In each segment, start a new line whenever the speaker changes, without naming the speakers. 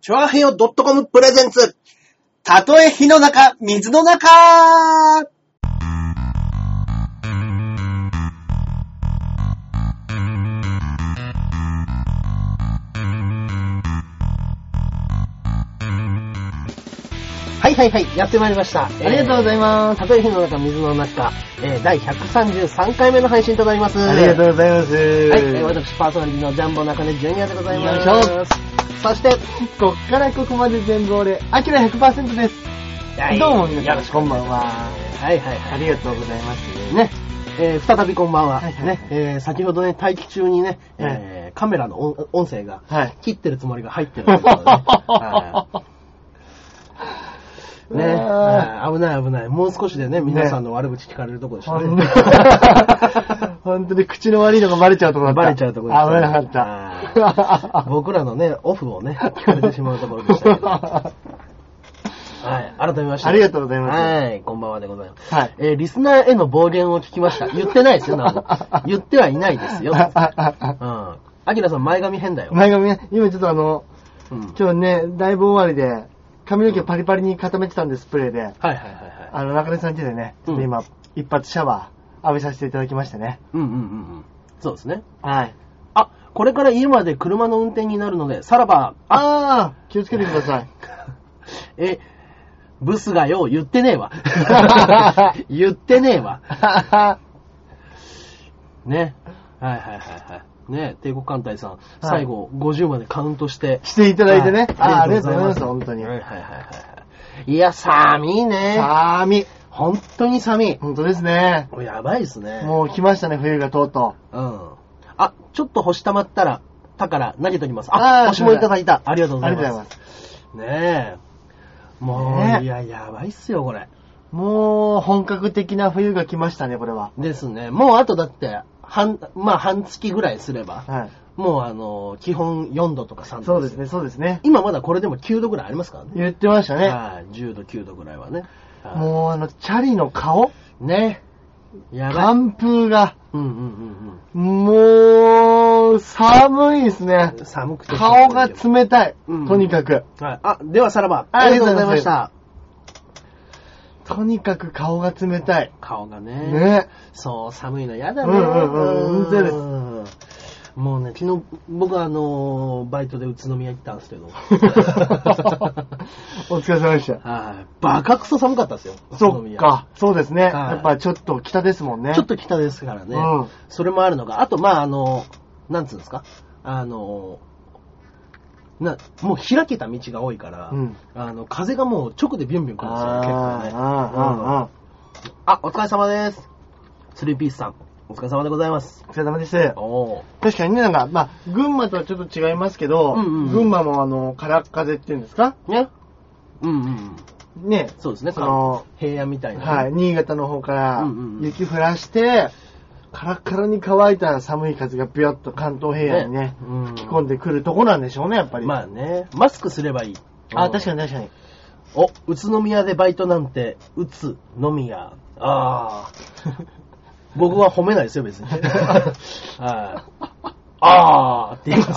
チョアヘヨ .com プレゼンツ。たとえ火の中、水の中はいはいはい、やってまいりました。あ
ありがとうございます。
たとえ火の中、水の中、えー第133回目の配信となります。
ありがとうございます。
はい、えー私パーソナリティのジャンボ中根ジュニアでございます。
よいしょ
そして、
こっからここまで全部俺、アキラ100%です。どうも皆さん
よろしく
こんばんは
はいはいは
ありがとうございます。
い。ね、えー再びこんばんは。
はいはい
ね、えー先ほどね、待機中にね、えーカメラの音音声が、
はい。
切ってるつもりが入ってるんですけど ねはいうね、
わ
はい危ない危ない。もう少しでね、皆さんの悪口聞かれるとこでしたね。
ー本当に口の悪いのがバレちゃうとこだった。
バレちゃうとこ
で
でしたね
危なかっ
僕らのね、オフをね、聞かれてしまうところで したけど。
た。
はい、改めまして。
ありがとうございます
はい、こんばんはでございます。
はい。
えーリスナーへの暴言を聞きました。言ってないですよ、何も 言ってはいないですよ。うん。アキラさん、前髪変だよ。
前髪ね、今ちょっとあの、
うん。はい
今日ね、だいぶ終わりで、髪の毛パリパリに固めてたんです、スプレーで。
はいはいはい。
あの、中根さん家でね、ちょっと今、一発シャワー浴びさせていただきましてね。
うんうんうんうん。そうですね。
はい。
あ、これから家まで車の運転になるので、さらば、あ、
ああ気をつけてください。
え、ブスがよ、言ってねえ わ。言ってねえわ。ね。はいはいはいはい。ね、帝国艦隊さん、最後、50までカウントして、
していただいてね。
は
あーありがとうございます、本当に。
はいはいはいはい。いや、寒いね。
さーみ。
本当に寒い。
本当ですね。
これやばいですね。
もう来ましたね、冬がとうと
うん。あ、ちょっと星溜まったら、たから投げときます。
あ
あ、
ー
星もいただいた。ありがと
う。
うご
あ
ざ
り
い
がとう
ま
ございます。
す。ねえ。もう、
ねえ
いや、やばいっすよ、これ。
もう、本格的な冬が来ましたね、これは。
ですね。もうあとだって、半、まあ半月ぐらいすれば、
はい。
もうあの、基本4度とか3度。
そうですね、。そうですね。
今まだこれでも9度ぐらいありますからね。
言ってましたね。
はい、10度、9度ぐらいはね。はい
もう、あの、チャリの顔
ね。やばい。
寒風が、
うんうんうん
もう、寒いですね
う。ん。寒くて。
顔が冷たい。
うん
とにかく。
はい。あ、ではさらば。
ありがとうございま
あり
し
がと
たとにかく顔が冷たい。
うございました。顔がね。
ね。
そう、寒いの嫌だね。
うんうんうんそうです
もうね、昨日、僕はあのーバイトで宇都宮行ったんですけ ど。
お疲れ様でした。
はい。バカクソ寒かったですよ。
そっか。そうですね。
はい
やっぱちょっと北ですもん
宇都宮。
ね。
ちょっと北ですからね。
うん
それもあるのが。あと、まあ、あのーなんつうんですか。あのーな、もう開けた道が多いから、
うん
あの、風がもう直でビュンビュン来るんですよ、結構ね。うん
あーあーあー
あ、
あ
お疲れ様です。スリーピースさん、お疲れ様でございます。
ーお疲れ様です。
おー。
確かにね、なんか、まあ、群馬とはちょっと違いますけど、
うんうんうん
群馬もあの、空っ風っていうんですか
ね。うんうんうん。
ね。
そうですね、
その、
平野みたいな、
はい、新潟の方から
うんうんうん
雪降らして、カラッカラに乾いた寒い風がビュッと関東平野にね
ね、うん
吹き込んでくるとこなんでしょうね、やっぱり。
まあね、マスクすればいい。
あ、確か
に。
に確かに。
お、宇都宮でバイトなんて、宇都宮。ああ。 僕は褒めないですよ、別に。はい。ああって言い ま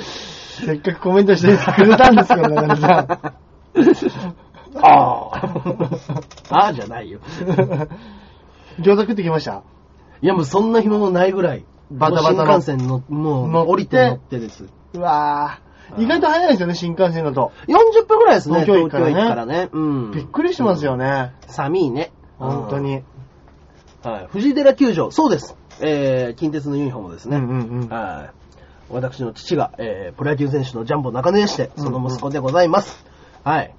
す。
せっかくコメントしてくれたんですよ、中根さん。
ああ。ああじゃないよ。
餃子食ってきました
いや、もうそんな暇もないぐらい。
バタバタ
も
の
う新幹線の、も
乗っ
う
て
降りて乗ってです。
うわ
あ
ぁ。
ー
意外と早いですよね、新幹線だと。
40分ぐらいですね、
東京駅からね
東京駅からね。うん。
びっくりしますよね。
寒いね。
本当に。
はい。藤井寺球場、そうです。えー、近鉄のユニフォームです
うんう
ね。
んうん。
はい。私の父が、えー、プロ野球選手のジャンボ中根でして、その息子でございます。はい。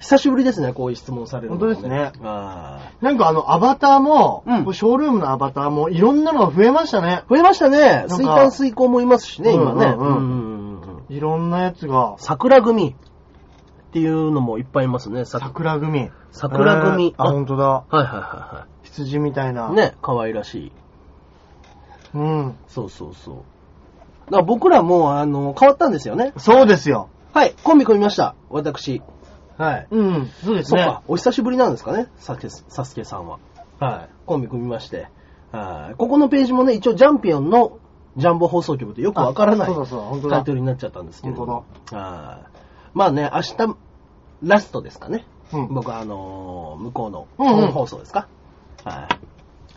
久しぶりですね、こういう質問されるの、
本当ですね
あ
なんかあの、アバターも、
うん
こうショールームのアバターも、いろんなのが増えましたね
ー。増えましたね。
か
水管水行もいますしね、今ね。
うんうんうん
うんうんうん
いろんなやつが、
桜組っていうのもいっぱいいますね。さ
桜組。
桜組
えーあ、本当だ。
はいはいは
羊みたい
い
な。
はい。。ね、可愛らしい。
うん。
そうそうそう。だから僕らもう、あの、変わったんですよね。
そうですよ。
はい、コンビ組みました、私。はい。
うん。そうです
そっ
ね。
か、お久しぶりなんですかね、サスケサスケさんは。はい。コンビ組みまして。はい。ここのページもね、一応ジャンピオンのジャンボ放送局ってよくわからな
あ
い
そうそうそう本当だ
タイトルになっちゃったんですけれども
本。
はいまあね、明日、ラストですかね。
うん
僕はあのー向こうの
うんうん
本放送ですか、はい。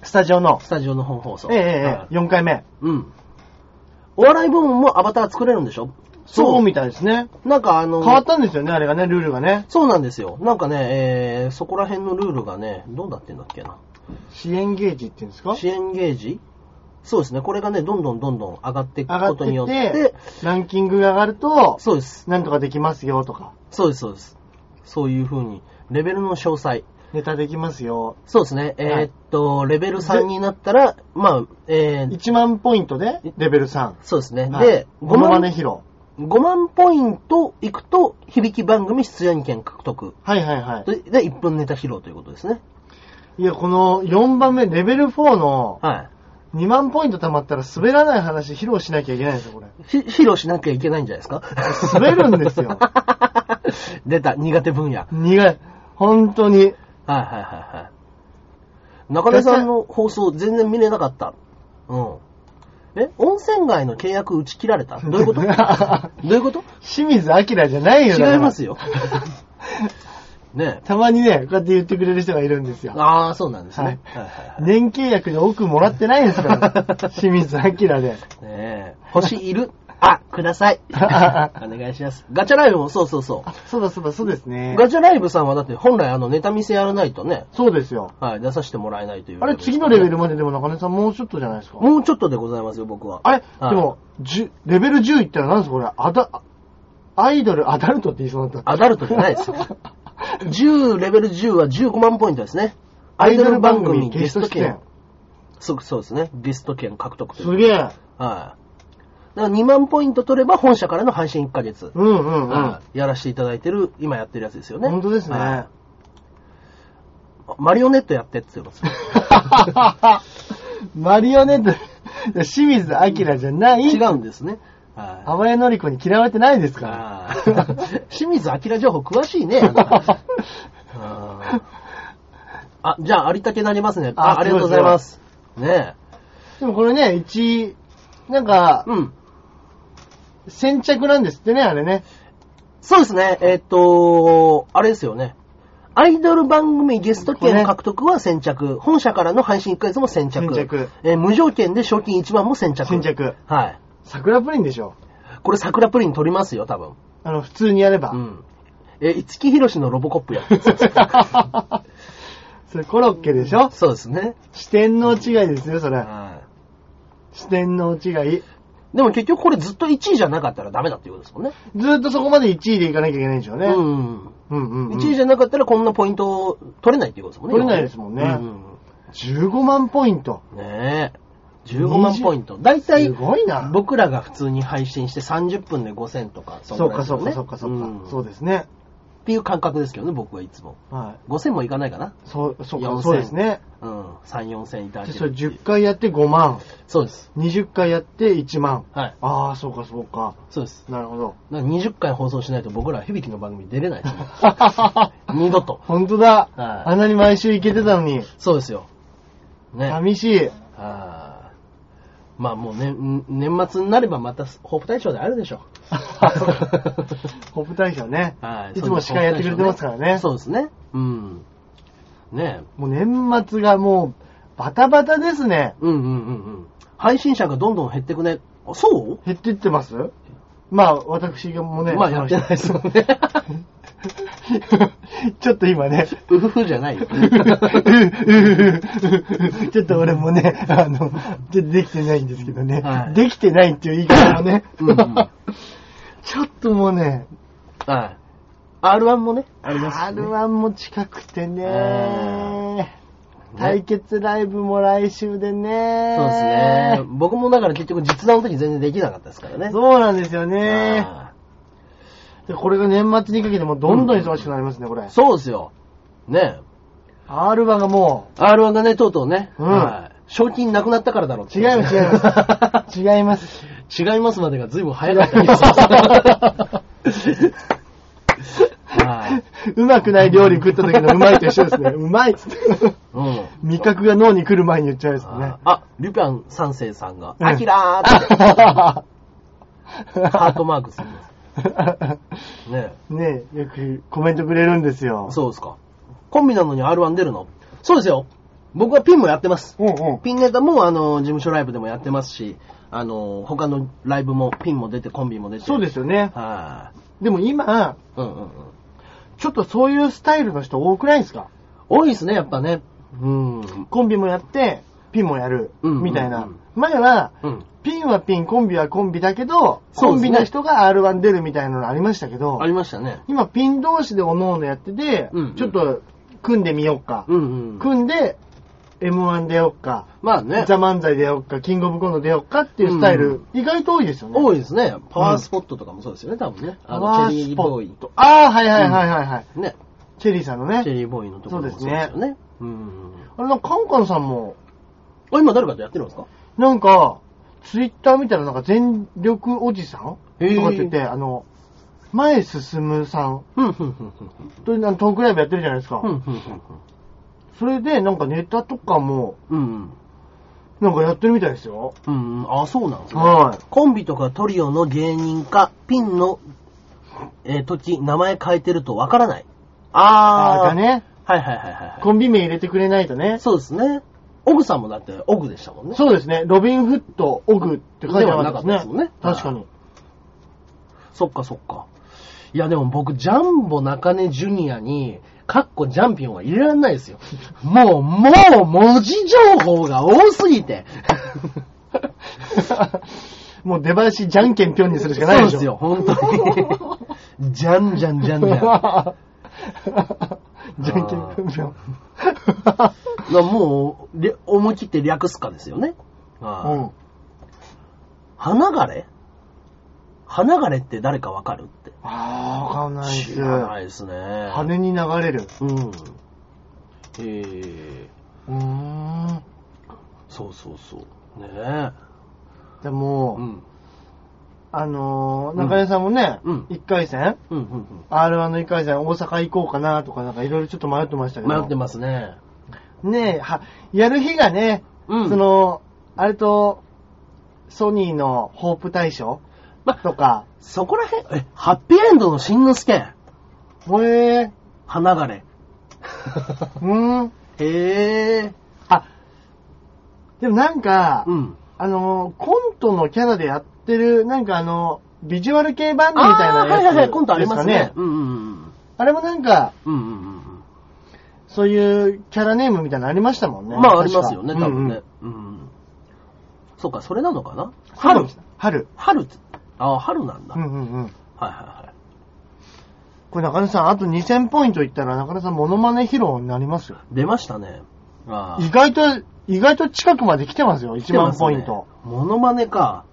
スタジオの
ス、タジオの本放送。
えええ
は
え
い
4回目。
うん。お笑い部門もアバター作れるんでしょ
そうみたいですね。
なんかあのー
変わったんですよね、あれがね、ルールがね。
そうなんですよ。なんかね、えー、そこら辺のルールがね、どうなってんだっけな。
支援ゲージって言うんですか
支援ゲージそうですね。これがね、どんどんどんどん上がっていく
上が
こ
っ
とによって
って
て、、
ランキングが上がると、
そうです。
なんとかできますよとか、
そうです、そうです。そういう風に、レベルの詳細。
ネタできますよ。
そうですね。え
はい
ーっと、レベル3になったら、まあ、えー、
1万ポイントで、レベル3。
そうですね。
はい
で、
モ
5
ノマネ
万、
披露。
5万ポイントいくと、響き番組出演権獲得。
はいはいはい。
で、で1分ネタ披露ということですね。
いや、この4番目、レベル4の
は
2万ポイント貯まったら滑らない話披露しなきゃいけないんですよ、これ。
い。ひ披露しなきゃいけないんじゃないですか
滑るんですよ。
出た、苦手分野。はい
苦い。本当に。
はいはいはい。中根さんの放送全然見れなかった。うん。え温泉街の契約打ち切られたどう いうことどういうこと
清水明じゃないよだから
違いますよ。ねえ。
たまにね、こうやって言ってくれる人がいるんですよ。
ああ、そうなんですね。
は
はいはいはい
年契約で億もらってないです から、清水明で。
ねえ。星いるあ、くださ い。お願いします。ガチャライブもそうそうそ
あ、そうだそうだそうですね
う。。ガチャライブさんはだって本来あのネタ見せやらないとね、
そうですよ。
はい、出させてもらえないという。
あれ、次のレベルまででも中根さんもうちょっとじゃないですか。
もうちょっとでございますよ、僕は。
あれ、
はい
でも、じゅレベル10いったら何ですかこれ、アダ、アイドル、アダルトって言いそうだった。
アダルトじゃないですよ。10、レベル10は15万ポイントですね。アイドル番組ゲスト権。。そうそうですね。ゲスト権獲得という。
すげえ。
はい。だから2万ポイント取れば本社からの配信1ヶ月、
うんうんうん
は。いやらせていただいてる、今やってるやつですよね。
本当です
は
ね。
いマリオネットやってって言います。
マリオネット、清水明じゃない。
違うんですね。は
淡谷のり子に嫌われてないです
い。
か
あー 清水明情報詳しいね。あなたあーあ、じゃあ、ありたけなりますね。あ
あ
ありがとうございます。ね
ら。でもこれね、一、なんか
え。、うん。
先着なんですってね、あれね。
そうですね。えっ、と、あれですよね。アイドル番組ゲスト権獲得は先着。本社からの配信1ヶ月も先着。
先着
えー無条件で賞金1万も先着。
先着。
はい。
桜プリンでしょ。
これ桜プリン取りますよ、多分。
あの、普通にやれば。
うん。えー、五木ひろしのロボコップやっ てる
それコロッケでしょ
そうですね。
四天王違いですよ、それ。
は
四天王違い。
い。でも結局これずっと1位じゃなかったらダメだっていうことですもんね。
ずーっとそこまで1位でいかなきゃいけないんでしょうね。
う
うん
ん。
うんうん、
1位じゃなかったらこんなポイントを取れないっていうことですもんね。
取れないですもんね
うん
15万ポイント。
ねえ。15万ポイント。だいたい
すごいな。
僕らが普通に配信して30分で5000とか、
そ
ん
う
ぐらいで
か
す
そ
よ
う
ね
かそうかそうか、
ん
そうですね。
っていう感覚ですけどね、僕はいつも。
は。。
5000もいかないかない
そう、そう
4000
か、そうですね。
うん。3、4000いただ
で、
け
それ
るっていう
10回やって5万、
そうです。
20回やって1万。
はい。
ああ、そうかそうか。
そうです。
なる ほど。
だから20回放送しないと僕らは響きの番組出れないです もん二度と。
本当だ。
はい
あんなに毎週行けてたのに。
そうですよ。ね。
寂しい。
あーまあもうね、ん年末になればまたホープ大賞であるでしょ
そうかホップ大賞ね。
はい。
いつも司会やってくれてますからね。
そうですね。うん。ねえ。
もう年末がもう、バタバタですね。
うんうんうんうん。配信者がどんどん減ってくね。あ、そう
減ってってますまあ、私がもうね。
まあやってないですもん ね。
ちょっと今ね、
うふふじゃないよ。
ちょっと俺もね、あの、ちょっとできてないんですけどね、
はい
できてないっていう言い方もね、
うん うん
ちょっともうね、
はい。R1 もね、ありますしね。
R1 も近くてね
あ、
対決ライブも来週でね、
そうですね。僕もだから結局実弾の時全然できなかったですからね。
そうなんですよ
う
ね。でこれが年末にかけてもうどんどん忙しくなりますね、これ。
そうですよ。ね
R1 がも
R1 がね、とうとうね、
うん
はい賞金なくなったからだろうっ
う、
て
違います、違い ます。違います。
違いますまでが随分早かった です。はい。
うまくない料理食った時のうまいと一緒ですね。うまいっつって。
うん。
味覚が脳に来る前に言っちゃうやつね
あ。ーあ、ルパン三世さんが、
うん
アキラーって
ハ
ハー
ー
トマークするんで
ト。
す。ね
ねえ、よくコメントくれるんですよ。
そうですか。コンビなのに R1 出るのそうですよ。僕はピンもやってます。
うんうん。
ピンネタも、あの、事務所ライブでもやってますし、あの、他のライブも、ピンも出て、コンビも出て。。
そうですすよね。
はい、
でも今、
うんうんうん。
ちょっとそういうスタイルの人多くないですか
多いですね、やっぱね。うん。
コンビもやって、ピンもやる、
うん
みたいな。
うん
前は、
うん。
ピンはピン、コンビはコンビだけど、
そうで
コン
すね
ビな人が R1 出るみたいなのありましたけど
あ、りましたね。
今ピン同士でおのおのやってて、
うんうん
ちょっと組んでみようか。
うんうん。
組んで、M1 出ようか、
まあね。
ザ・漫才出ようか、キングオブコント出ようかっていうスタイル、意外と多いですよね。
多いですね。パワースポットとかもそうですよね、多分ね。あの、チェリーボーイ。
と。ああ、はいはいはいはいはい。
ね。
チェリーさんの
チェ
ね。
リーボーイのところもそうですよね。うん。
あれなんかカンカンさんも、
あ、今誰かとやってるんですか
なんか、ツイッター見たらなんか全力おじさんとかって言って、あの、前進むさん
ふんふんふんふんふん。
とあのトークライブやってるじゃないですか。
ふんふんふん
それでなんかネタとかも、
ふん。うん
なんかやってるみたいですよ。
うん。うん。あ、そうなんですね。
は
コンビとかトリオの芸人か、ピンの、えー時、名前変えてるとわからない。あ
あ
ー。
あ、だ。ね。
はいはいはいはいは
コンビ名入れてくれないとね
い。。そうですね。オグさんもだって、オグでしたもんね。
そうですね。ロビンフット、オグって書いてあるん
ではなかったで
ですす
もんね
ね。確かに。
そっかそっか。いやでも僕、ジャンボ中根ジュニアに、カッコジャンピオンは入れられない ですよ。もう、もう、文字情報が多すぎて。
もう出囃子じゃんけんぴょんにするしかないでしょ。
そう ですよ、本当に。じゃんじゃんじゃんじゃん。だか
じゃんけんぴょん。
らもう、り思い切って略すかですよね。ああ
うん。
花枯れ花枯れって誰かわかるって。
あー、わかんないで
知
す。
らないですね。
羽に流れる。
うん。ええ
うーん。
そうそうそう。ねえ。
でも、
うん。
あのー、
うん
中根さんもね、
うん
一1回戦
うんうん
?R1 の1回戦大阪行こうかなとか、なんかいろいろちょっと迷ってました
う
け
ん。
ど。
迷ってますね。
ねえ、は、やる日がね、
うん。
そ、の、あれと、ソニーのホープ大賞
ま
とか、
そこら辺、え、ハッピーエンドのしんのすけ。
へえ、
花枯れ。
うーん。
へえ。
あ、でもなんか、
うん。
あの、コントのキャラでやってる、なんかあの、ビジュアル系バンドみたい
あ
な
ー
やつ
はい
ですか、ね。
はいはい、コントありますね。うんうんうん。
あれもなんか、
うんうんうん
そういうキャラネームみたいなのありましたもん
う
ね。
ん。まああ
確
り
か
ますよね、多分
うんう
ね
ん。
うん。そうか、それなのかな
そうな
春
んです。春。
春つああ、春なんだ。
う
はい
んうんうん。
はいはい。
これ中根さん、あと2000ポイントいったら中根さんモノマネ披露になりますよ。
出ましたね。あ
意外と、意外と近くまで来てますよ、
一
1万ポイント。。
モノマネか。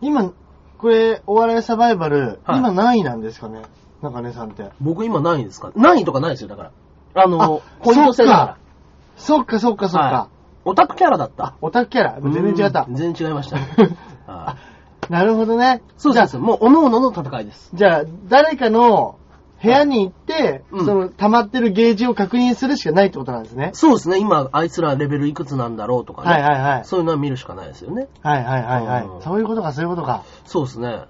今、これ、お笑いサバイバル、
はい
今何位なんですかね中根さんって。
僕今何位ですか何位とかないですよ、だから。あの、
あ
ポイント制だから。
そっかそっかそっ
は
か。
いオタクキャラだった。
オタクキャラ。全然違った
うん。全然違いま したね。はい
なるほどね。
そう
じゃ
で
あ
す。もう、おのおのの戦いです。
じゃあ、誰かの部屋に行って、
うん
その、溜まってるゲージを確認するしかないってことなんですね。
そうですね。今、あいつらレベルいくつなんだろうとかね。
はいはいはい。
そういうのは見るしかないですよね。
はいはいはいはい、
うん
そういうことか、そういうことか。
そうですね。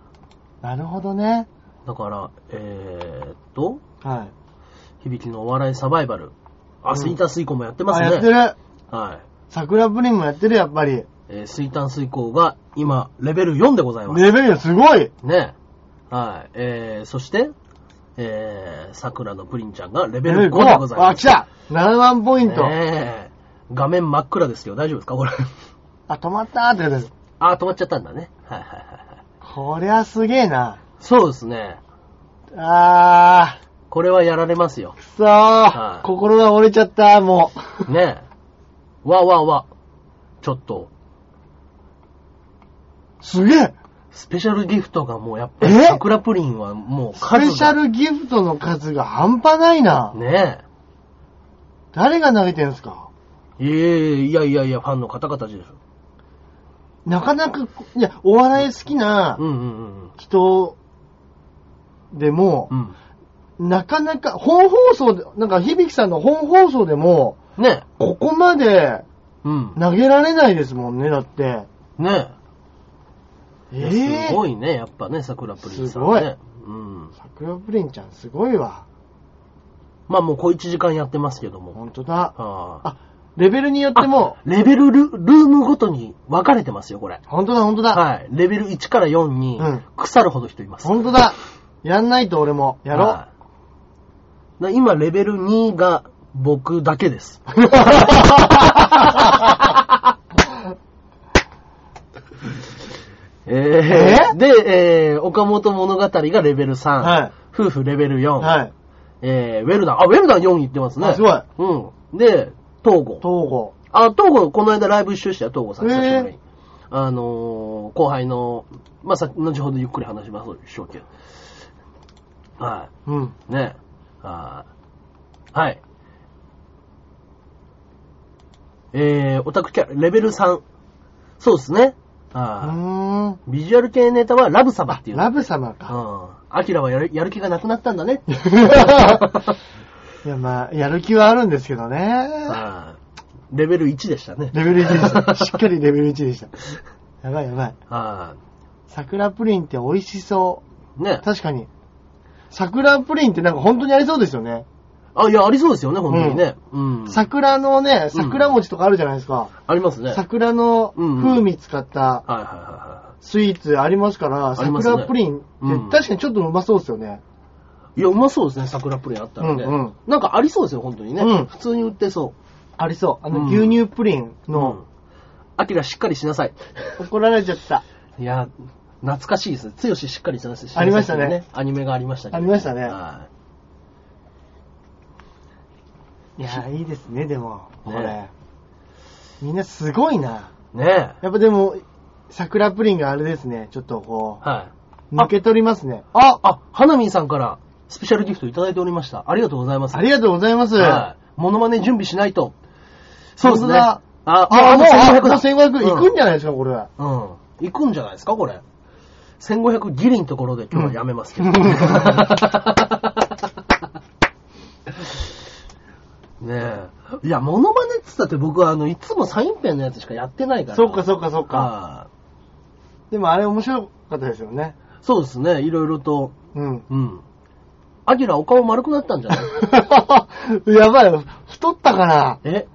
なるほどね。
だから、えー、っと、
はい。
響きのお笑いサバイバル。あ、
うん
スイータンスイコーもやってます
あ、やって
ね。
る。
はい。
桜プリンもやってる、やっぱり。
えー、スイータンスイコーが今、レベル4でございます。ね。
レベルがすご
は
い。
い。えー、そして、えー、桜のプリンちゃんがレベ
レ
ル5でござい
あ、
ます。
来た !7 万ポイント。
ねえ画面真っ暗ですけど大丈夫ですかこれ。
あ、止まったーってことです。
あー、止まっちゃったんだね。はいはいはいはい。
こりゃすげえな。
そうですね。
あー、
これはやられますよ
く。そー、
はい
心が折れちゃった、もう。
ねえ。わわわ。ちょっと、
すげえ
スペシャルギフトがもうやっぱり、
え
桜プリンはもう
ス
数が
ペシャルギフトの数が半端ないな。
ね
誰が投げてんすか
え。いえいやいやいや、ファンの方々でしょ。
なかなか、いや、お笑い好きな
うんうんうん
人でも
う、ん。
なかなか、本放送で、なんか響さんの本放送でも、
ね。
ここまで
うん。
投げられないですもんね、だって。
ね。いやすご
い。
いね、やっぱね、桜プリンさん、ね。
すごい。
うん。
桜プリンちゃんすごいわ。
まあもう小1時間やってますけども。
ほんとだ。
はあ、
あ、レベルによっても、
レベルル、ルームごとに分かれてますよ、これ。
ほんとだ、ほんとだ。
はい。レベル1から4に
うん、
腐るほど人います。
ほんとだ。やんないと俺も。やろう。
はいだ今、レベル2が僕だけです。えー
え
で、えー岡本物語がレベル3、
はい
夫婦レベル4、
はい。
えーウェルダン、あ、ウェルダン4いってますね。
あすごい。
うん。で、東郷。
東郷。
あ、東郷、この間ライブ一緒でしたよ、東郷さん、
へー
久しぶりに。あのー後輩の、まあ、さ、後ほどゆっくり話しましょうけど。はい。
うん。
ね。あーはい。えー、オタクキャラ、レベル3。そうですね。
う
あー
ーん。
ビジュアル系ネタはラブサバっていう。
ラブ様
う
か。
ん。アキラはやるやる気がなくなったんだね。
いや、まあ、やる気はあるんですけどね。
あーレベル1でしたね。
レベル1でした。しっかりレベル1でした。やばいやばい。
あ
桜プリンって美味しそ
ーね
う。。確かに。桜プリンってなんか本当にありそうですよね。
あ、いや、ありそうですよね、本当にね。うん。
桜のね、桜餅とかあるじゃないですか。
ありますね。はい
桜の風味使った
はいは
スイーツありますから、
ありますね
桜プリンって
うん
確かにちょっとうまそうですよね。
い。いや、うまそうですね、桜プリンあったらね。
うんうん
なんかありそうですよ、本当にね。
うん
普通に売ってそ
ありそう。あ
う
の
ん
牛乳プリン
う。うん
の、。
アキラしっかりしなさい。
怒られちゃった。
いや、懐かしいですね。つよししっかりしなさい。
ありましたね。
アニメがありましたけど
ありましたね
はい
や、いいですね、でも、こ
ね
れ。みんなすごいな。
い。ねえ。
やっぱでも、桜プリンがあれですね、ちょっとこ
はい。
う、抜け取りますね。
あ、あ、花見さんからスペシャルギフトいただいておりました。ありがとうございます。
ありがとうございます。
はい。モノマネ準備しないと。そうです
本当
ね。
だ
あ、あ、
あ、もう、あもう
だ
1500、いくんじゃないですか、これ。
うん。行くんじゃないですか、これ。1500ギリのところで今日はやめますけど。
うん
ねえ。いや、モノマネって言ったって僕はあの、いつもサインペンのやつしかやってないから。
そっかそっかそっか。
か。
でもあれ面白かったですよね。
そうですね、いろいろと。
うん。
うん。アキラお顔丸くなったんじゃない
やばい、太ったから。
え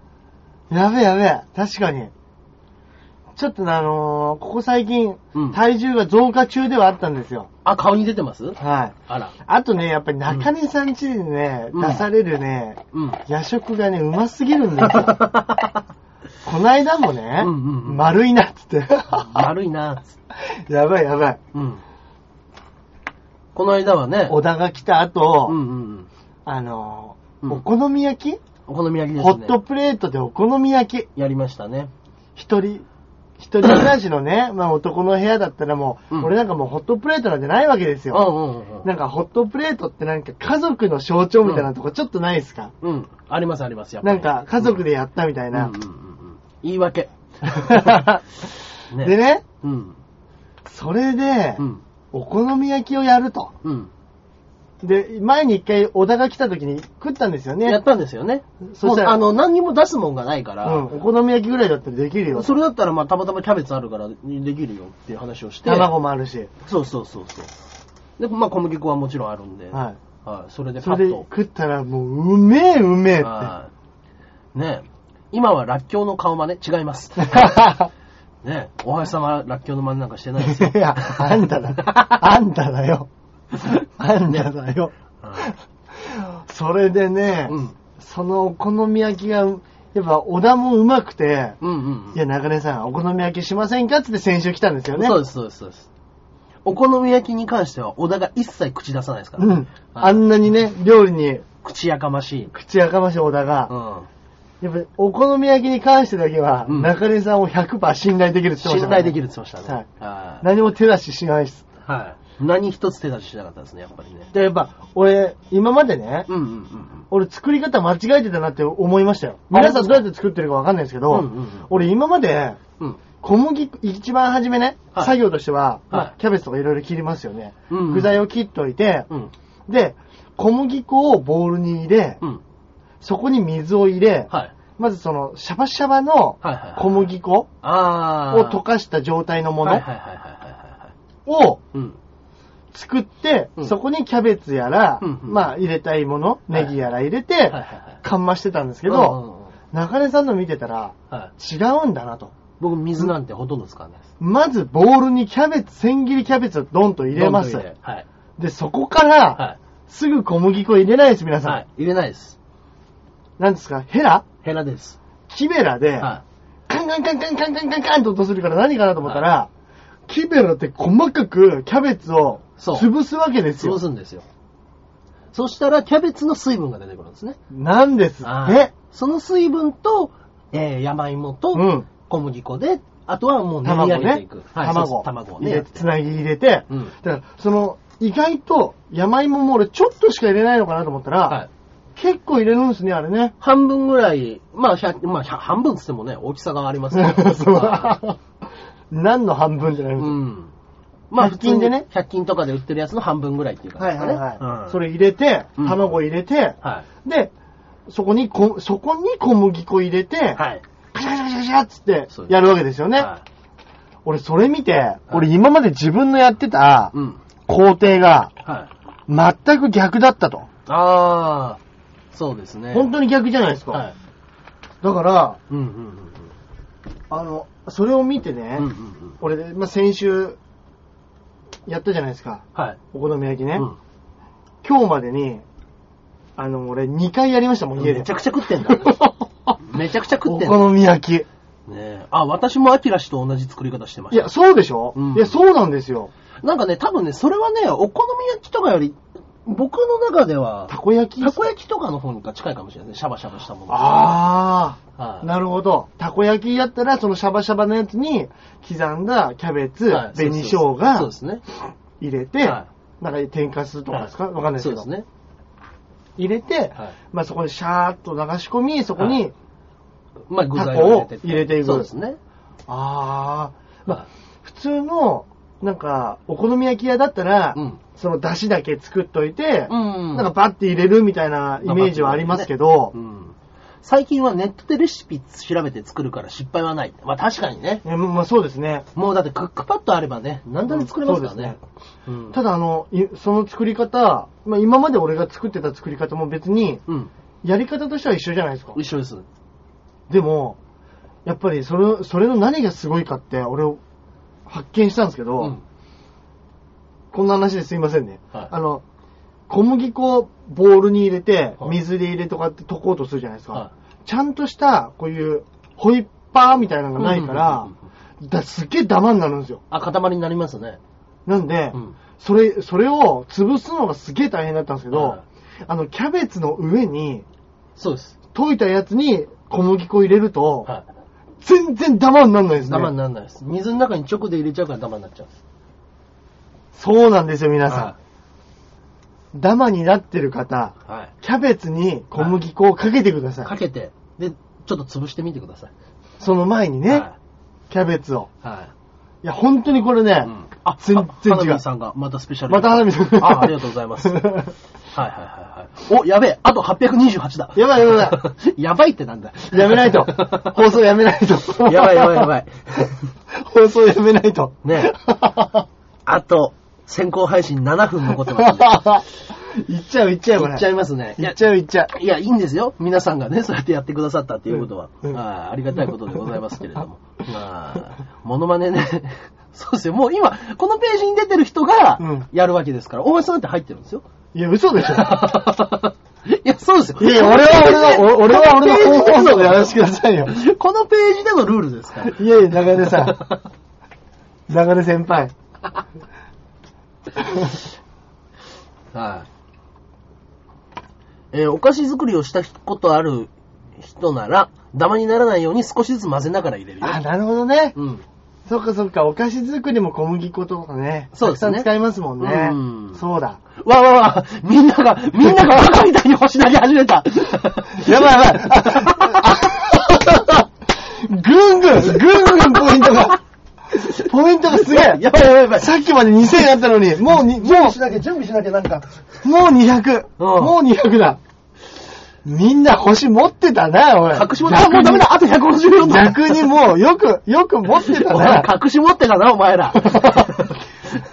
やべえやべえ、確かに。ちょっとね、あのーここ最近、
うん
体重が増加中ではあったんですよ。
あ、顔に出てます
はい。
あら。
あとね、やっぱり中根さん家でね、
うん
出されるね、
うん。
夜食がね、うますぎるんで すよ。こないだもね、
うんうんうん
丸いなっつって。
丸いなつって
やばいやばい。
うん。この間はね、
小田が来た後、
うんうんうん。
あのー
うん
お好み焼き、
お好み焼きです
ホ
ね。
ットプレートでお好み焼き。
やりましたね。
一人、一人暮らし のね、まあ男の部屋だったらもう、
うん
俺なんかもうホットプレートなんてないわけです
うん
よ。
うんうんうん。
なんかホットプレートってなんか家族の象徴みたいなとこちょっとないですか、
うん。ありますあります、やっぱ
な
り
んか家族でやったみたい
うんうん
な
う。んうん。言い 訳。ね。
でね、
うん。
それで
う、ん。
お好み焼きをやると。
うん。
で、前に一回小田が来た時に食ったんですよ
や
ね
っ。たんですよね。
そしたら
もうあの、何にも出すもんがないか
う
ら
ん、、お好み焼きぐらいだったらできるよ。
それだったら、まあ、たまたまキャベツあるからできるよっていう話をして、
卵もあるし。
そうそうそうそう。で、まあ、小麦粉はもちろんあるんで、は。
はい
それ
い。
で
そ
パ
れで
ッと。
食ったらもう、うめえうめえって。
はい。ねえ今はらっきょうの顔真似違い ます。ねえお橋様はらっきょうの真似なんかしてないですよ。
いや、あんただ。あんただよ。あんただよ。
はい
それで ね、
うん。
そのお好み焼きが、やっぱ小田もうまくて、
うんうんうん
い。や、中根さん、お好み焼きしませんかっつって先週来たんですよね。
そう
う
です、そうです、そうです。お好み焼きに関しては、小田が一切口出さないですから、
ん。あんなにね、料理に
口やかましい。
口やかましい小田が
う、ん。
やっぱお好み焼きに関してだけは、
うん
中根さんを100%信頼できるって言ってました
信
からね
頼できるって言ってましたね。はい。
何も手出ししないです。
はい。何一つ手出ししなかったですね、やっぱりね。
で、やっぱ、俺、今までね、
うんうんうん
俺作り方間違えてたなって思いましたよ。
あ
皆さんどうやって作ってるかわかんないですけど、
うんうんうん
俺今まで
うん。うん。
小麦、一番初めね、
はい
作業としては、まあ
はい
キャベツとかいろいろ切りますよね。
うんうん
具材を切っといて、
うん。
で、小麦粉をボウルに入れ、
うん。
そこに水を入れ、
はい。
まずその、シャバシャバの
はいはいはい
小麦粉
ああ。
を溶かした状態のも
はい
の
はいはいはいはいはい。
を
うん。
作って
う、ん
そこにキャベツやら、
うんうん
まあ入れたいもの、
はい
ネギやら入れ
は
て
いはい、はい。
かんましてたんですけ
う
ど、
んうんうん
中根さんの見てたら、
はい。
違うんだなと。
僕、水なんてほとんど使わないです。
まずボウルにキャベツ、千切りキャベツをドンと入れま
ど
す
んどん。入れはい。
で、そこから、
は
すぐ小麦粉入れないです、皆
い。
さん。
はい。入れないです。
なんですかヘラ
ヘラです。
木べらで、
は
カンカンカンカンカンカンカンカンって音するから何かなと思ったら、木べらって細かくキャベツを
そう
潰すわけで
い。
すよ
潰。すんですよ。そしたら、キャベツの水分が出てくるんですね。
なんですっ
は
て
い。その水分と、えー、山芋
う
と
ん
小麦粉で、あとはもう練り
卵
上げてい
ね
く。。
卵
そう。卵を
入
ね。
れて、つなぎ入れて。
うん
だから、その、意外と、山芋も俺ちょっとしか入れないのかなと思ったら、
はい。
結構入れるんですね、あれね。
半分ぐらい、まあ、ひゃまあ、ひゃ半分っつってもね、大きさがありますけど。
そう。何の半分じゃないの、
うん。まあ、
100均でね
普通に100均とかで売ってるやつの半分ぐらいっていうか、
はいはいはい、
うん
それ入れて、
うん
卵入れて、
は
で、そこにこ、そこに小麦粉入れて、
い。はい。
カシャカシャカシャカシャっつって
そうです
やるわけですよね。
は
俺それ見て、俺今まで自分のやってた
い。うん。
工程が
はい。
全く逆だったと。
ああ、そうですね。
本当に逆じゃないですか。
はい。
だから、
うんうんうん
あの、それを見て
う
ね
ん。う、んうんうん。
俺、まあ、先週、やったじゃないですか。
はい。
お好み焼きね。
うん
今日までに、あの、俺2回やりましたもん、家で。
めちゃくちゃ食って んだ。めちゃくちゃ食
お
ってんだ。ね
好み焼き。
えあ、私もアキラ氏と同じ作り方してま
い
した
や、。そうでしょ、
うん
いや、そうなんですよ。
なんかね、多分ね、それはね、お好み焼きとかより、僕の中では、
たこ焼き
たこ焼きとかの方が近いかもしれないですね。シャバシャバしたもの。
あ
は
あ、
い
なるほど。たこ焼きやったら、そのシャバシャバのやつに、刻んだキャベツ、
はい
紅生
そう
姜
そうそうですね。
入れて、
は
なんか天かすとかですかわ、かんないです
そうで
けど。
すね。
入れて、
はい
まあそこにシャーっと流し込み、そこに、
はまあ、具材
タコを
を
入れていく
そうですね。
ああ、ま
は
あ、普通の、なんか、お好み焼き屋だったら、
うん
その出汁だけ作っといて、
うん
なんかバッて入れるみたいなイメージはありますけど
う、ん最近はネットでレシピ調べて作るから失敗はない。まあ確かにね。
えまあそうですね。
もうだってクックパッドあればね、何でも作れますからね。うん
ただあの、いその作り方、まあ、今まで俺が作ってた作り方も別に、
うん。
やり方としては一緒じゃないですか。
一緒です。
でも、やっぱりそれ、それの何がすごいかって、俺を発見したんですけど、
うん
こんな話ですいませんね。
はい
あの、小麦粉をボウルに入れて、
はい
水で入れとかって溶こうとするじゃないですか。
は
ちゃんとした、こういう、ホイッパーみたいなのがないから
うんうんうん、
だすっげえダマになるんですよ。
あ、塊になりますね。
なんで、
うん
それ、それを潰すのがすげえ大変だったんですけど、
はい
あの、キャベツの上に、
そうです。
溶いたやつに小麦粉入れると、
は
全然ダマにならないで
い。
すね。
ダマにならないです。水の中に直で入れちゃうからダマになっちゃうんです。
そうなんですよ、皆さん。
は
ダマになってる方、
い。はい。
キャベツに小麦粉をかけてください。
かけて、で、ちょっと潰してみてください。
その前にね、
は
キャベツを。
い。はい。
いや、本当にこれね、
うんあ、
全然
花
違う
見。さんが、またスペシャル。
また花見さん
あ、ありがとうございます。はいはいはいはい。お、やべえ、あと828だ。
やばいやばいやば
い。 やばいってなんだ。
やめ ないと。放送やめないと。
やばいやばいやばい。
放送やめないと。
ねあと、先行配信7分残って ますんで。
いっちゃう、いっちゃう、これ。
いっちゃいますね。
いっちゃう、いっちゃう。
いや、いいんですよ。皆さんがね、そうやってやってくださったっていうことは、
うんうん
あーありがたいことでございますけれど も。まあ、モノマネね。 そうですよ。もう今、このページに出てる人
う
が
ん、
やるわけですから、大橋さんだって入ってるんですよ。
いや、嘘でしょ。
いや、そうですよ。
いや、俺は俺の、お俺は俺の
こペー
本
ジで
放送でやらせてくださいよ。
このページでのルールですから。
いやいや、中根さん。中根先輩。
はい。えーお菓子作りをしたことある人なら、ダマにならないように少しずつ混ぜながら入れるよ。
あ、なるほどね。
うん。
そっかそっか、お菓子作りも小麦粉とかね。
そうですね
たくさん使いますもんね。
うん
そうだ。
わわわ、みんなが、みんながバカみたいに星投げ始めた。
やばいやばいあ。ぐんぐん、ぐんぐんポイントが。ポイントがすげえ。
やばいやばいやばい。
さっきまで2000あったのに、もうに、も
しなきゃ、準備しなきゃなんか。
う、もう200。
うん
もう200だ。みんな星持ってたな、お い。
隠し持って、あ、もうダメだあと154だ
逆にもう、よく、よく持ってた
お前
な。
隠し持ってたな、お前 ら。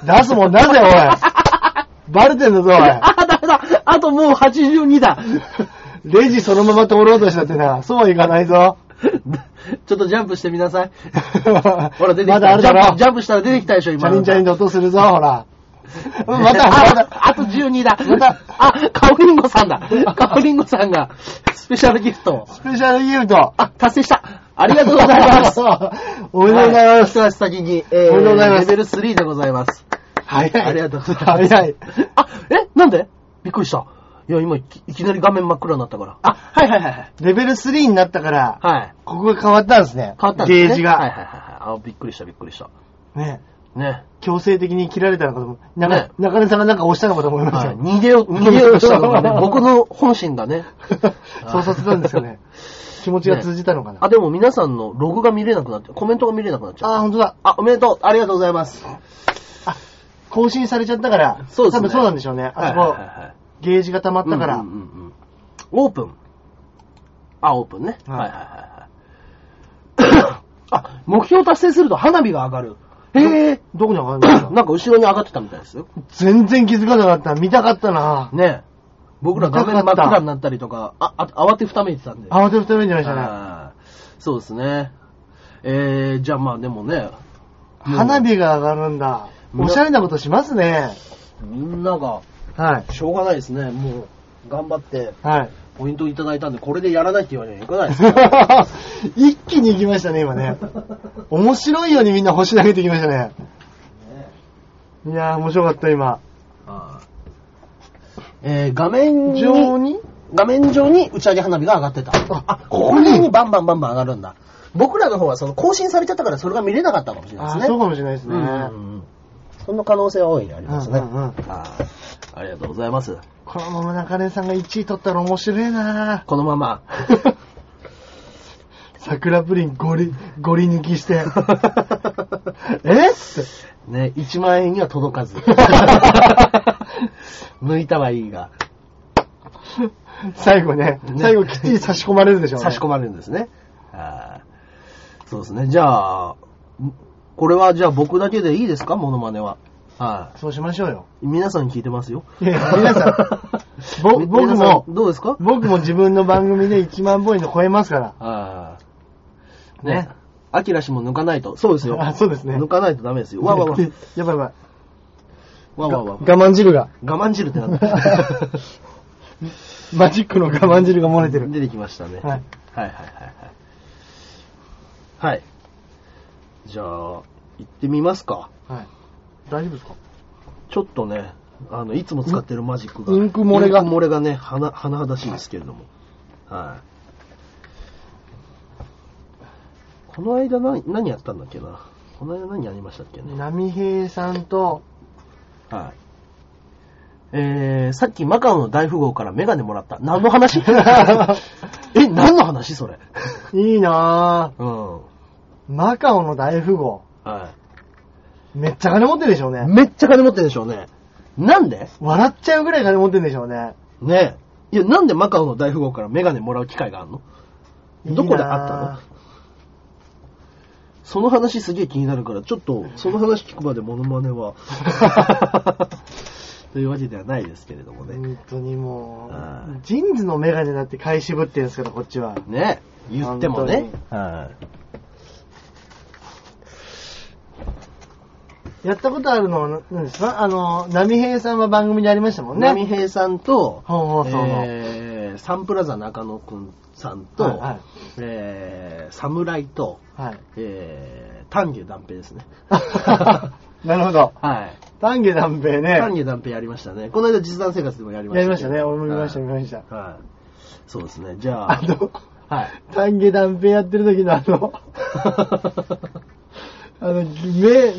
出すもんなぜ、おい。バレてんだぞ、お
あ、ダメだあともう82だ
い。レジそのまま通ろうとしたってな、そうはいかないぞ。
ちょっとジャンプしてみなさい。ほ
ほ
ら、出てきた。
まだあるだろ。
ジャンプジャンプしたら出てきたでしょ、
チ
今
ャリ
の。
ンチャリンと音するぞ、ほら。また、 ま
あ
た、
あと12だ。
また
あ、カオリンゴさんだ。カオリンゴさんが、スペシャルギフトを。
スペシャルギフト。
あ、達成した。ありがとうご ざいます。
おめでとうございます。
は一足先に、え
おめでとうござい
ー、
ます
レベル3でございます。
早い。
ありがとうございます。
早い。
あ、え、なんでびっくりした。いや、今いき、いきなり画面真っ暗になったから。あ、はいはいはいはい。
レベル3になったから、
はい。
ここが変わったんですね。
変わったんですね。
ゲージ
はい
が。
はいはいはい。あ、びっくりしたびっくりした。
ね。
ね。
強制的に切られたのかと思う。中
ね
中根さんがなんか押したのかと思いまし
は い。
たよ。
逃げよう、逃げようとしたのが ね、僕の本心だね。
そうさせたんですよね。気持ちが通じたのかな。
あ、でも皆さんのログが見れなくなって、コメントが見れなくなっちゃう。
あー、本当だ。
あ、おめでとう。ありがとうございます。
更新されちゃったから、
そうですね
多分そうなんでしょうね。あそこ、
はいはいはいはい
ゲージが溜まったから、
うんうんうんうんオープン。あ、オープンね。は
はいい
はいはい はい。あ、目標達成すると花火が上がる。へえ。
どこに上がるんです
なん
か
か後ろに上がってたみたいですよ。
全然気づかなかった。見たかったな
ねえ。僕ら画面真っ暗になったりとか、あ、あ慌てふためいてたんで。
慌てふためんじゃないでしたね。
はいそうですね。えー、じゃあまあでもね、うん
花火が上がるんだ。
うん
おしゃれなことしますね。
みんなが、
はい。
しょうがないですね。もう、頑張って、
はい。
ポイントいただいたんで、これでやらないって言われにはいかないですよ。
一気に行きましたね、今ね。面白いようにみんな星投げてきましたね。いやー、面白かった、今。
えー、画面
上
上に、
に
画面上に打ち上げ花火が上がってた。
あ
あ、ここら辺にバンバンバンバン上がるんだ。僕らの方はその更新されちゃったからそれが見れなかったかもしれないで
あ
す
ー
ね。
そうかもしれないです
う
ね。
んうんうんその可能性は大いにありますね。
うんうんうん
はいありがとうございます。
このまま中根さんが1位取ったら面白いな
このまま。
ぁ桜プリンゴリ、ゴリ抜きして。えって。
ね、1万円には届 かず。抜いたはいいが、
最後ね、最後キティ差し込まれるでしょうね。
差し込まれるんですね。あーそうですね。じゃあ、んこれはじゃあ僕だけでいいですかモノマネは。は
そうしましょうよ。
い。皆さん聞いてますよ。
いや皆さん ぼ
み
僕も
皆さんどうですか
僕も自分の番組で1万ポイント超えますから。
ああ。
ね
ね。アキラ氏も抜かないと。そうですよ。
あそうですね
抜かないとダメですよ。わわわ。
やばいやばい。
わわわ。
我慢汁が、
我慢汁ってなった。
マジックの我慢汁が漏れてる。
出てきましたね。
はい。
はいはいはいはい。はい。じゃあ、行ってみますか。
はい。大丈夫ですか
ちょっとね、あの、いつも使ってるマジックが。
インク漏れが
インク漏れがね、はな、甚だしいんですけれども。はい。この間な、何やったんだっけな。この間何やりましたっけね。
波平さん と、
はい。えー、さっきマカオの大富豪からメガネもらった。何の 話え、何の話それ。
いいな
うん。は
ぁ。マカオの大富豪。
い。
めっちゃ金持ってるでしょうね。
めっちゃ金持ってるでしょうね。なんで
笑っちゃうぐらい金持ってるでしょうね。
ねえ。いや、なんでマカオの大富豪からメガネもらう機会があるの
いいな
ど
ぁ
こであったのその話すげえ気になるから、ちょっと、その話聞くまでモノマネ は。というわけではないですけれどもね。
本当にも
は
う、ジーンズのメガネだって買い渋ってるんですから、こっちは。
ねえ言ってもね。はい。
やったことあるのは何ですかあの、波平さんは番組でありましたもんね。
波平さんと、
本放送の
えーサンプラザ中野くんさんと、
はいはい
えー、侍と、
はい。
えー、丹下断平ですね。
なるほど。
はい。
丹下断平ね。
丹下断平やりましたね。この間実弾生活でもやりました
や
けど。
りましたね。俺も見ました、
は
見
い
ました。
はい。そうですね。じゃあ、
あの、
はい。
丹下断平やってる時のあの、 あの、目、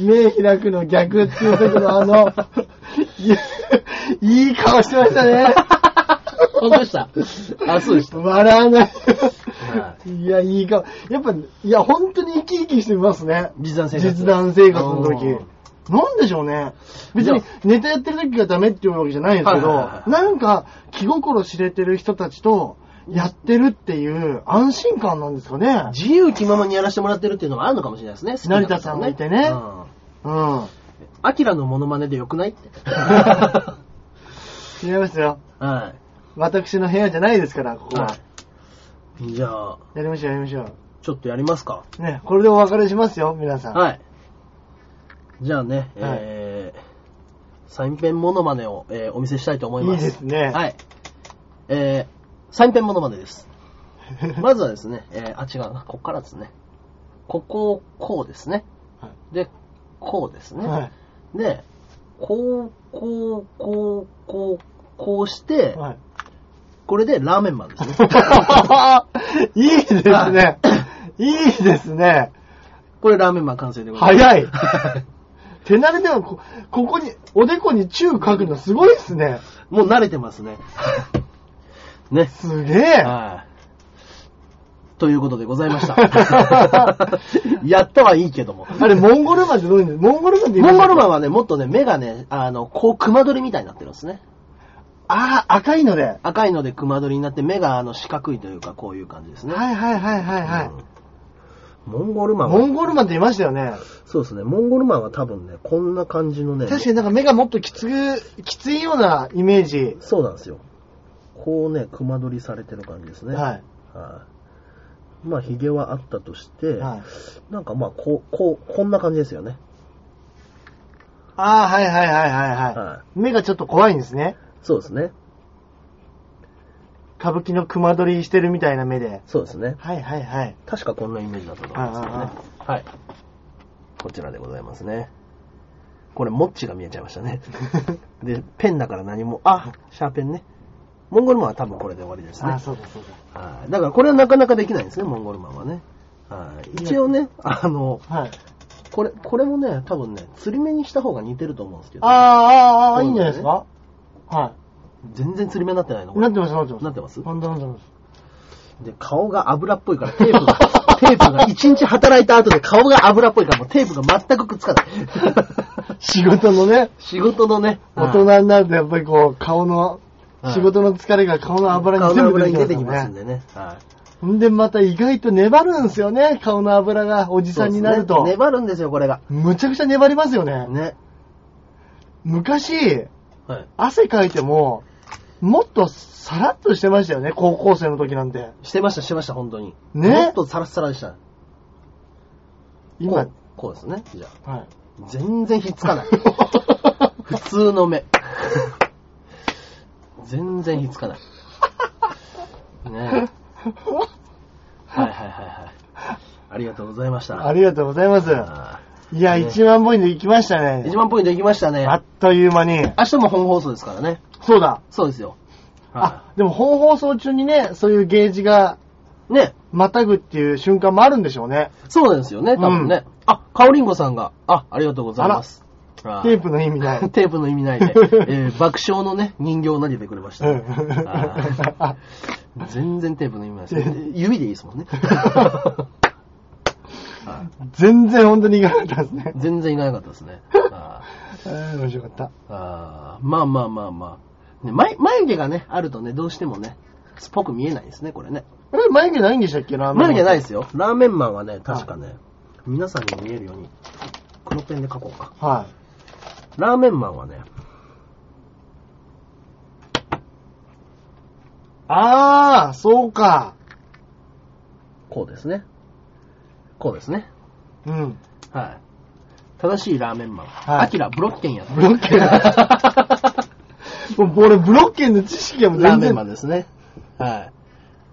目開くの逆っていう時のあの、 いいい顔してましたね。
本当で した。あ、そうでした。
笑わない。
はい
や、いい顔。やっぱ、いや、本当に生き生きしてますね。
実弾生活。
実弾生活の時
うん。
なんでしょうね。別
いや
にネタやってる時がダメっていうわけじゃないんですけど、
はいはいはいはい
なんか気心知れてる人たちとやってるっていう安心感なんですかね。
自由気ままにやらせてもらってるっていうのがあるのかもしれないですね。好きな
成田さんがいてね
うん
うん。
アキラのモノマネでよくない って。
違いますよ。
は
私の部屋じゃないですから、こ
い。
こは。
はい。じゃあ、
やりましょう、やりましょ
ちょっとやりますか。
う。ね、これでお別れしますよ、皆さん。
はい。じゃあね、えー、サインペンモノマネを、えーお見せしたいと思い
いい
ます。
ですね。
はい。えー、サインペンモノマネです。まずはですね、えー、あ、違うな、こっからですね。ここをこうですね
は。
で、こうですね。
は
で、こう、こう、こう、こう、こうし
い。
て、
はい。
これでラーメンマンですね。
いいですね。いいですね。
これラーメンマン完成でございます。
早い。手慣れでもこ、ここに、おでこに中書くのすごいですね。
もう慣れてます ね。ね。
すげえ。
はい。ということでございま した。やったはいいけども。
あれ、モンゴルマンってどういうんですモンゴルマンって
モンゴルマン
ン
はね、もっとね、目がね、あの、こう、熊取りみたいになってるんですね。
ああ、赤いので。は
赤いので熊取りになって、目があの、四角いというか、こういう感じです
い
ね。
はいはいはいはい。
うんモンゴルマン
モ
は、
ンゴルマンっていましたよね。
そうですね、モンゴルマンは多分ね、こんな感じのね、
確かになんか目がもっときつく、きついようなイメージ。
そうなんですよ。こうね、熊取りされてる感じですね。
はい。
はい。まあ、ヒゲはあったとして、
はい
なんかまあ、こう、こう、こんな感じですよね。
ああ、はいはいはいはいは。
はい
目がちょっと怖いんですね。
い。そうですね。
歌舞伎の熊取りしてるみたいな目で。
そうですね。
はいはいはい。
確かこんなイメージだったと思いますけどね。はい。こちらでございますね。これ、モッチが見えちゃいました ね。で、ペンだから何も、あ、シャーペンね。モンゴルマンは多分これで終わりです
あ
ね
あ、。そうだそう
はい。だからこれはなかなかできないんですね、モンゴルマンはね。はい。一応ね、あの、
だ。はい。
これ、これもね、多分ね、釣り目にした方が似てると思うんですけど、
あーあー、ああ、いいんじゃないですかは
全然釣り目になってないの。
い。
これ
なってます、なってます。
なってます
なってますなってます。
で、顔が油っぽいから、テープが、 テープが、一日働いた後で顔が油っぽいから、もうテープが全くくっつか ない。
仕事のね、
仕事のね、
大人になるとやっぱりこう、顔の、
はい
仕事の疲れが顔の油に
顔の
全部
油
出
に
て
出
き
て
ま
き
す
ます
から
ん
ね。
でね。はい。
んでまた意外と粘るんですよね、顔の油が、おじさんになる
そう
と
ですね。粘るんですよ、これが。
むちゃくちゃ粘りますよね。
ね。
昔、
はい。
汗かいても、もっとさらっとしてましたよね、高校生の時なんて。
してました、してました、本当に。
ね
もっとサラッサラでした。
今
こう、こうですね。じゃあ。
はい。
全然ひっつかない。 普通の目。全然ひっつかない。ねえ。はいはいはいはい。ありがとうございました。
ありがとうございます。
あ
いや、
ね
1万ポイント行きました
ー
ね
一。万ポイントいきましたね。
あっという間に。
明日も本放送ですからね。
そうだ。
そうですよ。は
あ、でも本放送中にね、そういうゲージが
い。ね。
またぐっていう瞬間もあるんでしょうね。
そうなんですよね、多分ね。あ、かおりんごさんが、あ、ありがとうございます。あ
テープの意味ない。
テープの意味ないで、えー爆笑のね、人形を投げてくれましたね、
うん
あー全然テープの意味ないです ね。指でいいですもんね。 はい
全然本当にいかなかったですね。
全然いかなかったです ね。あ
あー面白かった。
ーあーまあまあまあまあ、ね眉。眉毛がね、あるとね、どうしてもね、すっぽく見えないですね、これね。
あれ、眉毛ないんでしたっけな
眉毛ない
い。
ですよ。ラーメンマンはね、確かね、皆さんに見えるように、黒ペンで書こうか。
は
ラーメンマンはね、
い。あー、そうか。
こうですね。こうですね。
うん。
はい。正しいラーメンマン。
はい
アキラ、ブロッケンやった
ブロ ッケンもう俺、ブロッケンの知識がもう
ラー
全
メン
然
マンですね。はい。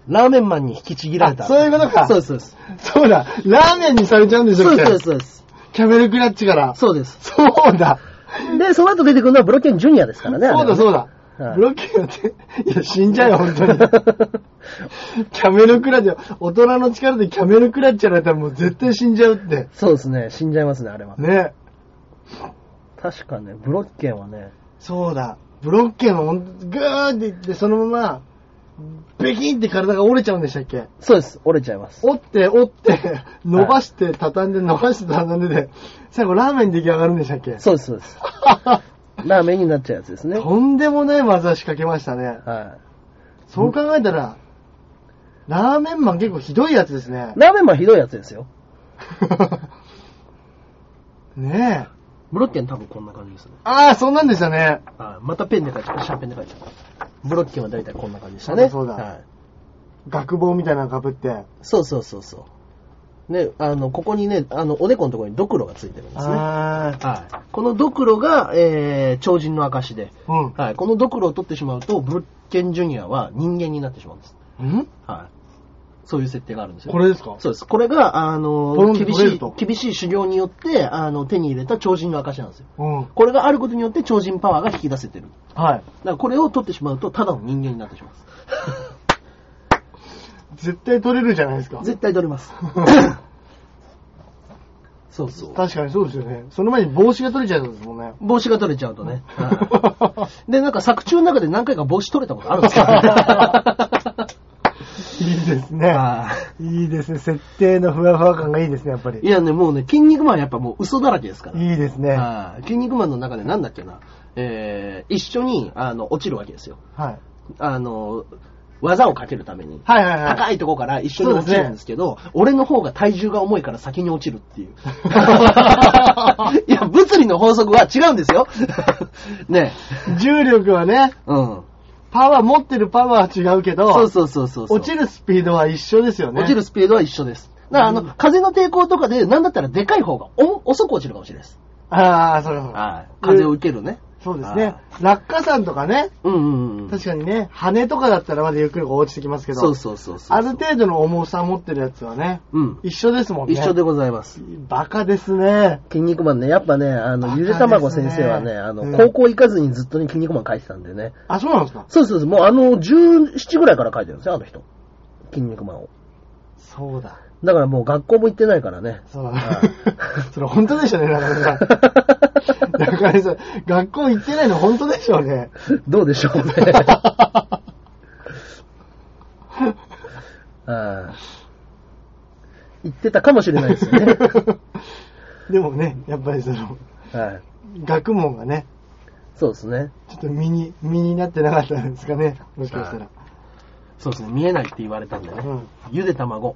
ラーメンマンに引きちぎられた。
あそういうことか
そうです、そうです。
そうだ、ラーメンにされちゃうんでしょ
そう
っ
で
て。
す、そうです。
キャメルクラッチから。
そうです。
そうだ。
で、その後出てくるのはブロッケンジュニアですからね。
そうだ、そう
う
だ
は。い
ブロッケンやって、いや、死んじゃうよ、本 当に。 キャメルクラッチ、大人の力でキャメルクラッチやられたらもう絶対死んじゃうって。
そうですね。死んじゃいますね、あれは。
ね。
確かね、ブロッケンはね、そう
そう。だ。ブロッケンはほんと、ぐーっていって、そのまま、ベキンって体が折れちゃうんでしたっけ
そうです。折れちゃいます。
折って、折 って、伸ばして、畳んで、伸ばして、畳んでで、最後ラーメン出来上がるんでしたっ け
そうです、そうです。ラーメンになっちゃうやつですね。
とんでもない技仕掛けましたね。
は
そう考えたら、ラーメンマン結構ひどいやつです ね。
ラーメンマンひどいやつですよ。
ねえ。
ブロッケン多分こんな感じですね。
ああ、そんなんでしたね。
はい。またペンで書いちゃった。シャーペンで書いちゃった。ブロッケンは大体こんな感じでしたね。
そうだそうだ
はい。
学帽みたいなの被って。
そうそうそうそう。ね、あの、ここにね、あの、おでこのところにドクロがついてるんですね。は
あ
い。このドクロが、えー、超人の証で、
あ、うん。
はい。このドクロを取ってしまうと、ブロッケンジュニアは人間になってしまうんです。
ん
はい。そういう設定があるんですよ。
これですか
そうです。これが、あ
ポ
の、
ロンと
厳
取れ
し
る
い
と、
厳しい修行によって、あの、手に入れた超人の証なんですよ。
うん。
これがあることによって超人パワーが引き出せてる。
はい。
だからこれを取ってしまうと、ただの人間になってしまうんです。
絶対取れるじゃないですか。
絶対取れ ます。そうそう。
確かにそうですよね。その前に帽子が取れちゃいそうですもんね。
帽子が取れちゃうと ね。はいで、なんか作中の中で何回か帽子取れたことあるんです けどね
いいですね。
はい
いですね。設定のふわふわ感がいいですね、やっぱり。
いいやね、もうね、筋肉マンやっぱもう嘘だらけですから。
いいですね。は
はい筋肉マンの中でなんだっけな、えー、一緒に、あの、落ちるわけですよ。
い。
あの、技をかけるために。
はいはいはい。
高いとこから一緒に落ちるんですけど、俺の方が体重が重いから先に落ちるっていう。 いや、物理の法則は違うんですよ。 ね
重力はね、
うん。
パワー、持ってるパワーは違うけど、
そうそうそうそうそう。
落ちるスピードは一緒ですよね。
落ちるスピードは一緒です。だから、あの、風の抵抗とかで、なんだったらでかい方がお遅く落ちるかもしれないです。
ああ、そうかそうか。
はい。風を受けるね。
そうですね
あ。
落下山とかね、
うんうんうん。
確かにね、羽とかだったらまだゆっくりこう落ちてきますけど、
そうそうそうそう。
ある程度の重さ持ってるやつはね、
うん。
一緒ですもんね。
一緒で。ございます。
バカですね。
筋肉マンね、やっぱね、あの、
バカ
ゆ
で
で
すね
たまご先生はね、あ
うん
の、高校行かずにずっとに筋肉マン書いてたんでね。
あ、そうなんですか
そうそうそう、もうあの、17ぐらいから書いてるんですよ、あの人。筋肉マンを。
そうだ。
だからもう学校も行ってないからね。
そうだ
は。
ない それ本当でしょうね、中根 さん。中根さん、学校行ってないの本当でしょうね。
どうでしょうね。 ああ言ってたかもしれないですよね。
でもね、やっぱりその、
はい。
学問がね、
そうですね。
ちょっと身に、身になってなかったんですかね。もしかしたら。
そうですね。見えないって言われたんでね。
うん
ゆで卵。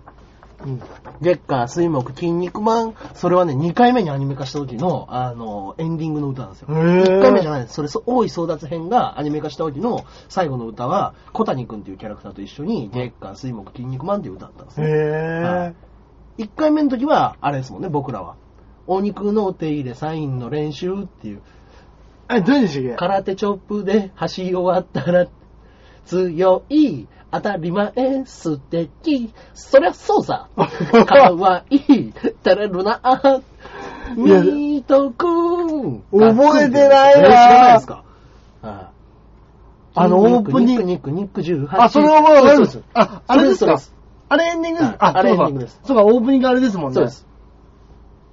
うん。
月下、水木、筋肉マン。それはね、2回目にアニメ化した時の、あの、エンディングの歌なんですよ。
へー
1回目じゃないです。それ、そ大井争奪編がアニメ化した時の最後の歌は、小谷くんっていうキャラクターと一緒に、月下、水木、筋肉マンっていう歌だったんです
へ
ね。
え。
1回目の時は、あれですもんね、僕らは。お肉のお手入れ、サインの練習っていう。
あれ、どうでしたっけ
空手チョップで走り終わったら、強い、当たり前、素敵、そりゃそう さ、かわいい、照れるな、ミートくん。
覚えてない
え知ら
わ
ないですかあ
あの、オープニング。
ニック、ニック18。
あ、それは覚えてます。あ、あれです
そうで
か
す。
あれエンディングです
はい。
あ
あれ
そうか
エンディングです
そうか、オープニングあれですもんね。
そうです。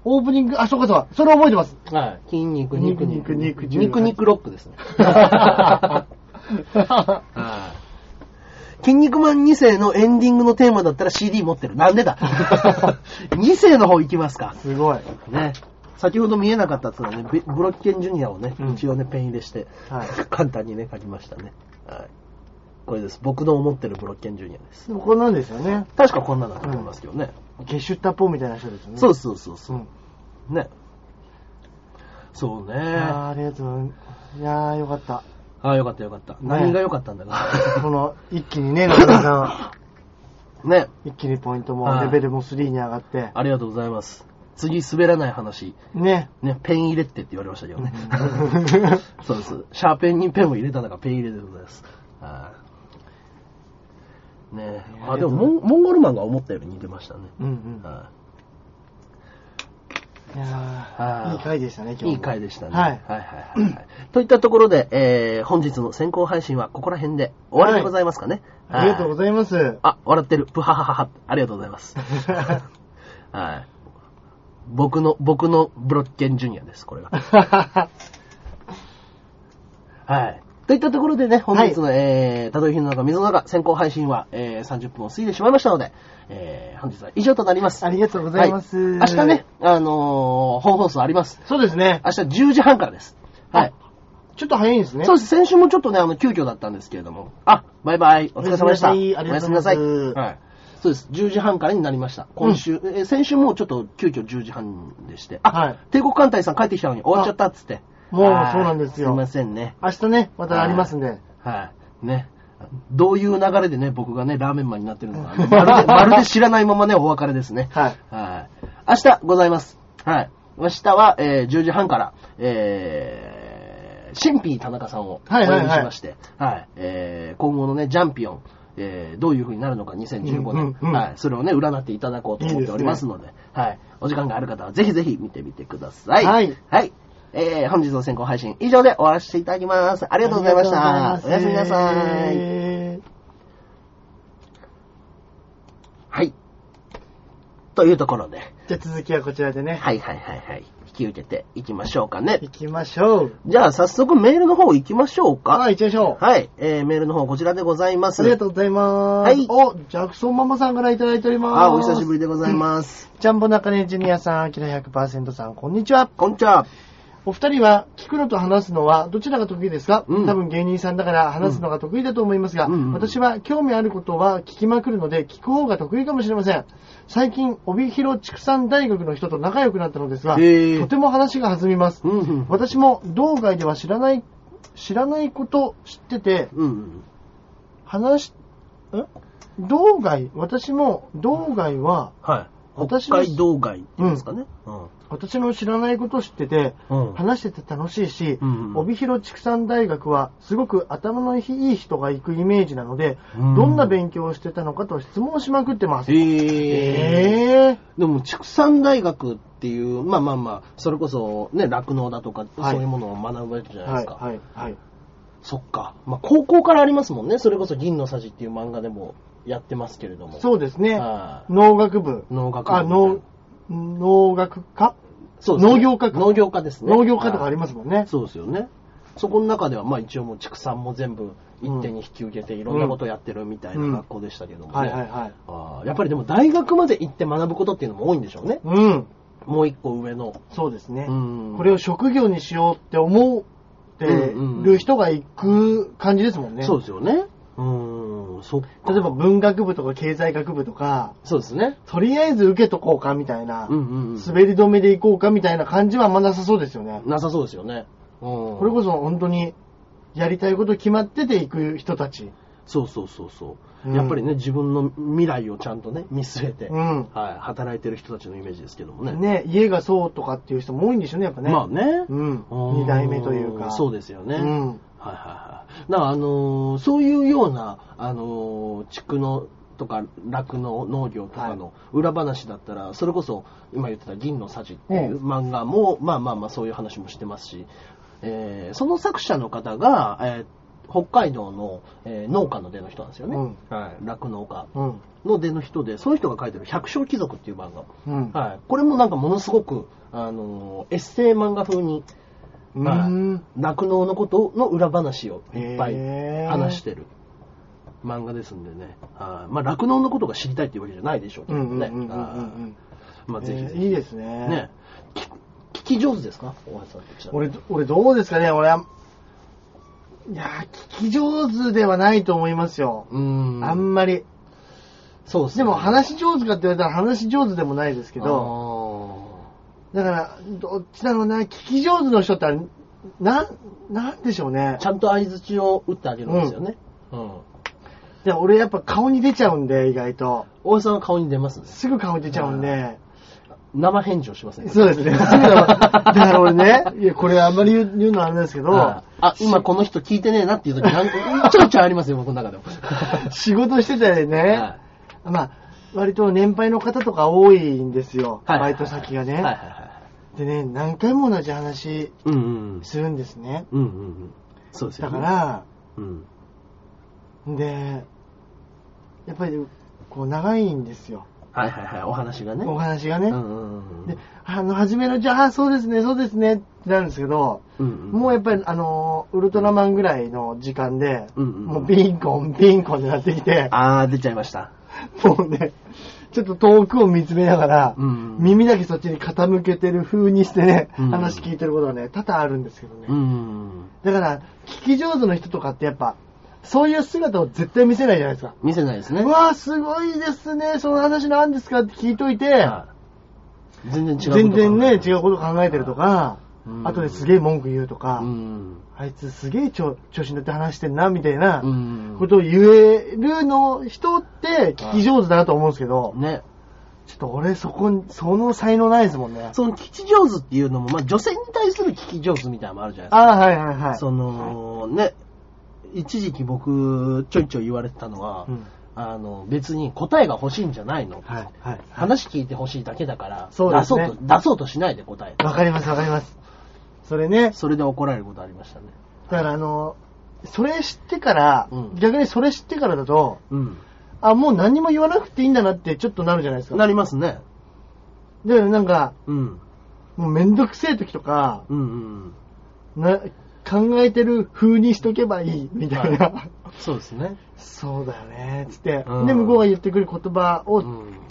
オープニング、あ、そうかそうか。それ覚えて ます。
はい。筋肉、肉、肉、
肉
肉、
肉
肉、肉ロックです ね。はい筋肉マン2世のエンディングのテーマだったら CD 持ってる。なんで だ ?2 世の方行きますか。
すごい。
ね。先ほど見えなかったっていうのはね、ビブロッケンジュニアをね、
うん
一応ね、ペン入れして、
はい
簡単にね、書きましたね。はい。これです。僕の思ってるブロッケンジュニアです。
でもこんなんですよね。
確かこんなのだと思いますけどね。
ゲシュタポみたいな人ですよね。
そううそうそうそうう。
ん。
ね。そうね。
あー
あ
ありがとう。いやー、よかった。
あー、よかったよかった。何がよかったんだか。
この、一気にね、中田さん、
ね。
一気にポイントも、
はい
レベルも3に上がって、
ありがとうございます。次、滑らない話。
ね。
ね、ペン入れってって言われましたけどね。 そうです。シャーペンにペンを入れたのがペン入れでございます。はいねえあ、でもモン、モンゴルマンが思ったより似てましたね。
うんうん。
はい
いやー
はい
いい回でしたね、今日も。
いい回でしたね。
はい。
はいはいはいはい。といったところで、えー、本日の先行配信はここら辺で終わりでございますかね。
ありがとうご
い
ざいます。
ます。あ、笑ってる。プハハハハ。ありがとうございます。はい。僕の、僕のブロッケンジュニアです、これが。はい。といったところでね、本日の、えー、たどり品の中、水の中、先行配信は、えー、30分を過ぎてしまいましたので、えー、本日は以上となります。
ありがとうございます。
はい、明日ね。、あのー、本放送あります。
そうですね。
明日10時半からです。はい。
ちょっと早いんですね。
そうです。先週もちょっとね、あの、急遽だったんですけれども。あ、バイバイ。お疲れ様でした。
おやすみなさいありがとうございま
お
す
やすみなさいはい。そうです。10時半からになりました。今週、えー先週もちょっと急遽10時半でして。あ、
はい
帝国艦隊さん帰ってきたのに終わっちゃったっつって。
もう
はい
そうなんですよ
すいませんね。
明日ね、またありますんで。
はい。ね。どういう流れでね、僕がね、ラーメンマンになってる のか、ね、まるで、まるで知らないままね、お別れですね。
はい。
はい。明日ございます。はい。明日は、えー10時半から、えー、神秘田中さんをお
はいはいはい
呼びしまして、はいえー、今後のね、ジャンピオン、えー、どういう風になるのか2015年、
うんうんうん
はい、それをね、占っていただこうと思っておりますので、はい。お時間がある方はぜひぜひ見てみてください。
はい
はい。えー、本日の先行配信以上で終わらせていただきます。あ
あ
りがとうございました。おやすみなさい。
い。
はい。というところで、
じゃあ続きはこちらでね、
はいはいはいはい。引き受けていきましょうかね
行。きましょう。
じゃあ早速メールの方行きましょうか。
はい、行きましょう。
はい。えー、メールの方こちらでございます。
ありがとうございます。
はい
お、ジャクソンママさんからいただいております。
あ、お久しぶりでございます。
ジャンボ中根ジュニアさん、アキラ100%さん、こんにちは。
こんにちは。
お二人は聞くのと話すのはどちらが得意ですか、
うん
多分芸人さんだから話すのが得意だと思いますが、
うんうんうん
私は興味あることは聞きまくるので聞く方が得意かもしれません。最近、帯広畜産大学の人と仲良くなったのです
へ
が、
ー
とても話が弾みます。
うんうん。
私も道外では知らない、知らないこと知ってて、
うんうん。
話し、ん道外、私も道外は、
はい。
私
北
の
海道外っていうんですかね。うん。
私の知らないこと知ってて、
うん
話してて楽しいし、
うんうん
帯広畜産大学はすごく頭のいい人が行くイメージなので、
うん
どんな勉強をしてたのかと質問しまくってます。
えー。
え
でも、畜産大学っていう、まあまあまあ、それこそね、酪農だとか、
はい
そういうものを学ぶわけじゃ
ー
ないです
はい、
か。
はい、はい。
そっか。まあ、高校からありますもんね。それこそ銀のさじっていう漫画でもやってますけれども。
そうですね。
はい
農学部。
農学部
あ、農、農学科
そうですね
農業科か
農業科ですね。
農業科とかあり
ま
ますもんね。
そうですよね。そこの中では、まあ一応もう畜産も全部一手に引き受けていろんなことをやってるみたいな
うん
学校でしたけどもね。
はい、はい、はい。
あーやっぱりでも大学まで行って学ぶことっていうのも多いんでしょうね。
うん。
もう一個上の。
そうですね。
うん
これを職業にしようって思ってる人が行く感じですもんね。
そうですよね。うーん、そっか
例えば、文学部とか経済学部とか、
そうですね。
とりあえず受けとこうかみたいな、
うんうんうん。
滑り止めで行こうかみたいな感じはあんまなさそうですよね。
なさそうですよね。
こ
こ
れこそ本当にやりたいこと決まってて行く人たち。
そうそうそうそう、
うん
やっぱりね、自分の未来をちゃんとね、見据えて、
うん
はい、働いてる人たちのイメージですけどもね。
ね、家がそうとかっていう人も多いんでしょうね、やっぱね。
まあね。
うん
うん
二代目というか
そうですよね。
う
はい
ん。
はいはい。だから、あのーそういうような、あのー地区の、とか、酪農、農業とかの裏話だったら、それこそ、今言ってた銀のさじっていう
う
漫画も、まあまあまあ、そういう話もしてますし、えーその作者の方が、えー北海道の、えー農家の出の人なんですよね。
うん
はい。酪農家。
うん。
の出の人で、その人が書いてる百姓貴族っていう漫画。
うん。
はい。これもなんかものすごく、あのーエッセイ漫画風に、
う
は
ん。
い酪農のことの裏話をいっぱい
へー
話してる漫画ですんでね。はいまあ、酪農のことが知りたいっていうわけじゃないでしょうけ
う
ど
んうんうん
ね。
うんうん
はいまあ、ぜひぜ
え
ひ
ーいいですね。
ね。聞聞き上手ですか大橋さんってちなみに
俺、俺どうですかね俺は、いやー、聞き上手ではないと思いますよ。
うーん。
あんまり。
そうです
で
ね
も話し上手かって言われたら話し上手でもないですけど、だから、どっちだろうな、聞き上手の人ってあれ、な、なんでしょう
あ
ね
ーち。ゃんと相づちを打ってあげるんですよね。うん
で俺やっぱ顔に出ちゃうんで、意外と。
大橋さんは顔に出ますね。
すぐ顔に出ちゃうんで。
生返事をしませんか
そうです ね。すぐだから俺ね、いや、これあんまり言う言うのはあれなんですけど、
ああ、今この人聞いてねえなっていう時、 なんちょいちょいありますよ、僕の中でも。
仕事しててね、
は
まあ、割と年配の方とか多いんですよ。
い
バイト先がね。
はいはいはい。
でね、何回も同じ話
うんうん。
するんですね。
うんうんうん。そうですよ、
だ
ね。
か、ら、
うん。
で、やっぱり、こう、長いんですよ。
はいはいはい、お話がね。
お話が
う
ね。
んうんうん。
で、あの、初めのうちは、あ、そうですね、そうですね、ってなるんですけど、
うんん
もうやっぱり、あの、ウルトラマンぐらいの時間で、
うんうん
もうビンコン、ビンコンってなってきて、
あー、出ちゃいました。
もうね、ちょっと遠くを見つめながら、
うん
耳だけそっちに傾けてる風にしてね、
うん
話聞いてることはね、多々あるんですけどね。
うん。
だから、聞き上手の人とかってやっぱ、そういう姿を絶対見せないじゃないですか。
見せないですね。
うわー、すごいですね。その話なんですかって聞いといて、
はい全然違うこと
全然ね、違
う。
うこと考えてるとか、
うん
あとですげえ文句言うとか、
うん。
あいつすげえ調調子に乗って話してんな、みたいな
う、ん。
ことを言えるの人って聞き上手だなと思うんですけど、
ね。
ちょっと俺そこに、その才能ないですもんね。
その聞き上手っていうのも、まあ女性に対する聞き上手みたいなのもあるじゃないですか。
ああ、はいはいはい。
その、ね、一時期僕、ちょいちょい言われてたのは、
うん
あの、別に答えが欲しいんじゃないの。
はいはい。
話聞いて欲しいだけだから、
そうです
出
ね
そうと、出そうとしないで答えて。
わかりますわかります。それね、
それで怒られることありましたね。
だからあの、それ知ってから、
うん
逆にそれ知ってからだと、
うん。
あ、もう何も言わなくていいんだなってちょっとなるじゃないですか。
なりますね。
で、なんか、
うん。
もうめんどくせえ時とか、
うんうん
な考えてる風にしとけばいい、みたいな。
はうん。そうですね。
そうだよね、つって、
うん
で、向こうが言ってくる言葉を、
うん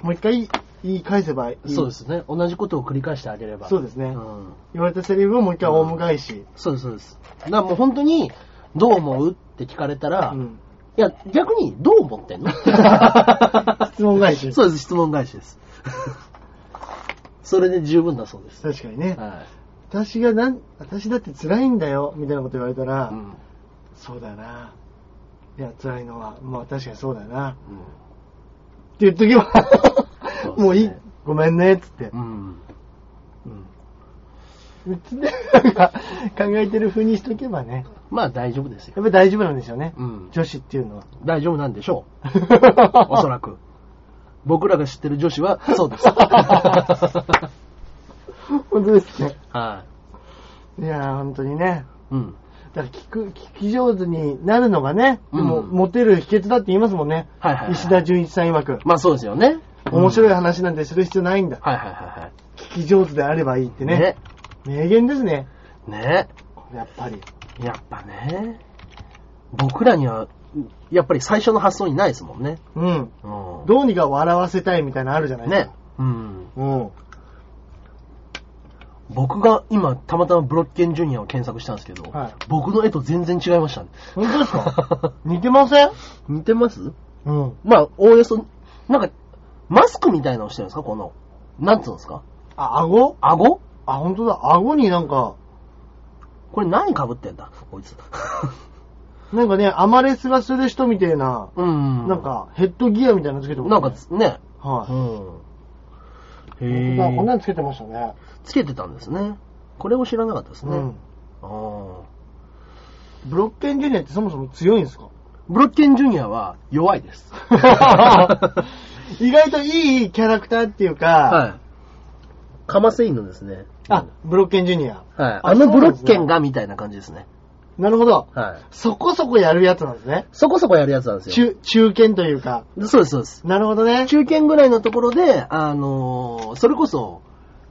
もう一回言い返せばいい。
そうですね。同じことを繰り返してあげれば。
そうですね
うん。
言われたセリフをもう一回オウム返し。
そうです、そうです。だからもう本当に、どう思うって聞かれたら、
うん
いや、逆に、どう思って んの
質問返し
そうです、質問返しです。それで十分だそうです。
確かにね。
は
私がなん、私だって辛いんだよ、みたいなこと言われたら、
い。うん。
そうだな。いや、辛いのは、まあ確かにそうだな。
うん
って言っとけば、
そうですね
もういい、ごめんね、つって。
うん。
うん。つって、なんか、考えてる風にしとけばね、
まあ大丈夫ですよ。
やっぱ大丈夫なんでしょうね。
うん。
女子っていうのは。
大丈夫なんでしょう。おそらく。僕らが知ってる女子は、そう です。は
本当ですね。
い。
いやー、本当にね。
うん。
だから聞く、聞き上手になるのがね、でも、
うん
モテる秘訣だって言いますもんね。
はいはいはい
石田純一さん曰く。
まあそうですよね。
面白い
うん
話なんてする必要ないんだ。
はいはいはいはい。
聞き上手であればいいってね。
ね。
名言ですね。
ね。
やっぱり。
やっぱね。僕らには、やっぱり最初の発想にないですもんね。
うん。
うん。
どうにか笑わせたいみたいなのあるじゃないです
ね
か。。
うん。
うん。
僕が今、たまたまブロッケンジュニアを検索したんですけど、
はい
僕の絵と全然違いましたね。
本当で すか似てません
似てます
うん。
まあ、おおよそ、なんか、マスクみたいなのをしてるんですかこの、なんつうんですか
あ、顎
顎
あ、本当だ。顎になんか、
これ何被ってんだこいつ。
なんかね、アマレスがする人みたいな、
うん。
なん、かヘッドギアみたいなのつけてま
な
し
んか
たね。
つね。
は
う
い。
ん。
本当だこんな
へえ。
のつけてましたね。
つけてたんですね。これを知らなかったです
う
ね。
ん。
あー
ブロッケンジュニアってそもそも強いんで すか
ブロッケンジュニアは弱い です。
意外といいキャラクターっていうか、
い。カマセイヌですね。
あ、ブロッケンジュニア。
はい。
あ
あ
そう
の
なん
ブロ
ですね
ッケンがみたいな感じですね。
なるほど。
はい。
そこそこやるやつなんですね。
そこそこやるやつなんですよ。
中、中堅というか。
そうです、そうです。
なるほどね。
中堅ぐらいのところで、あのーそれこそ、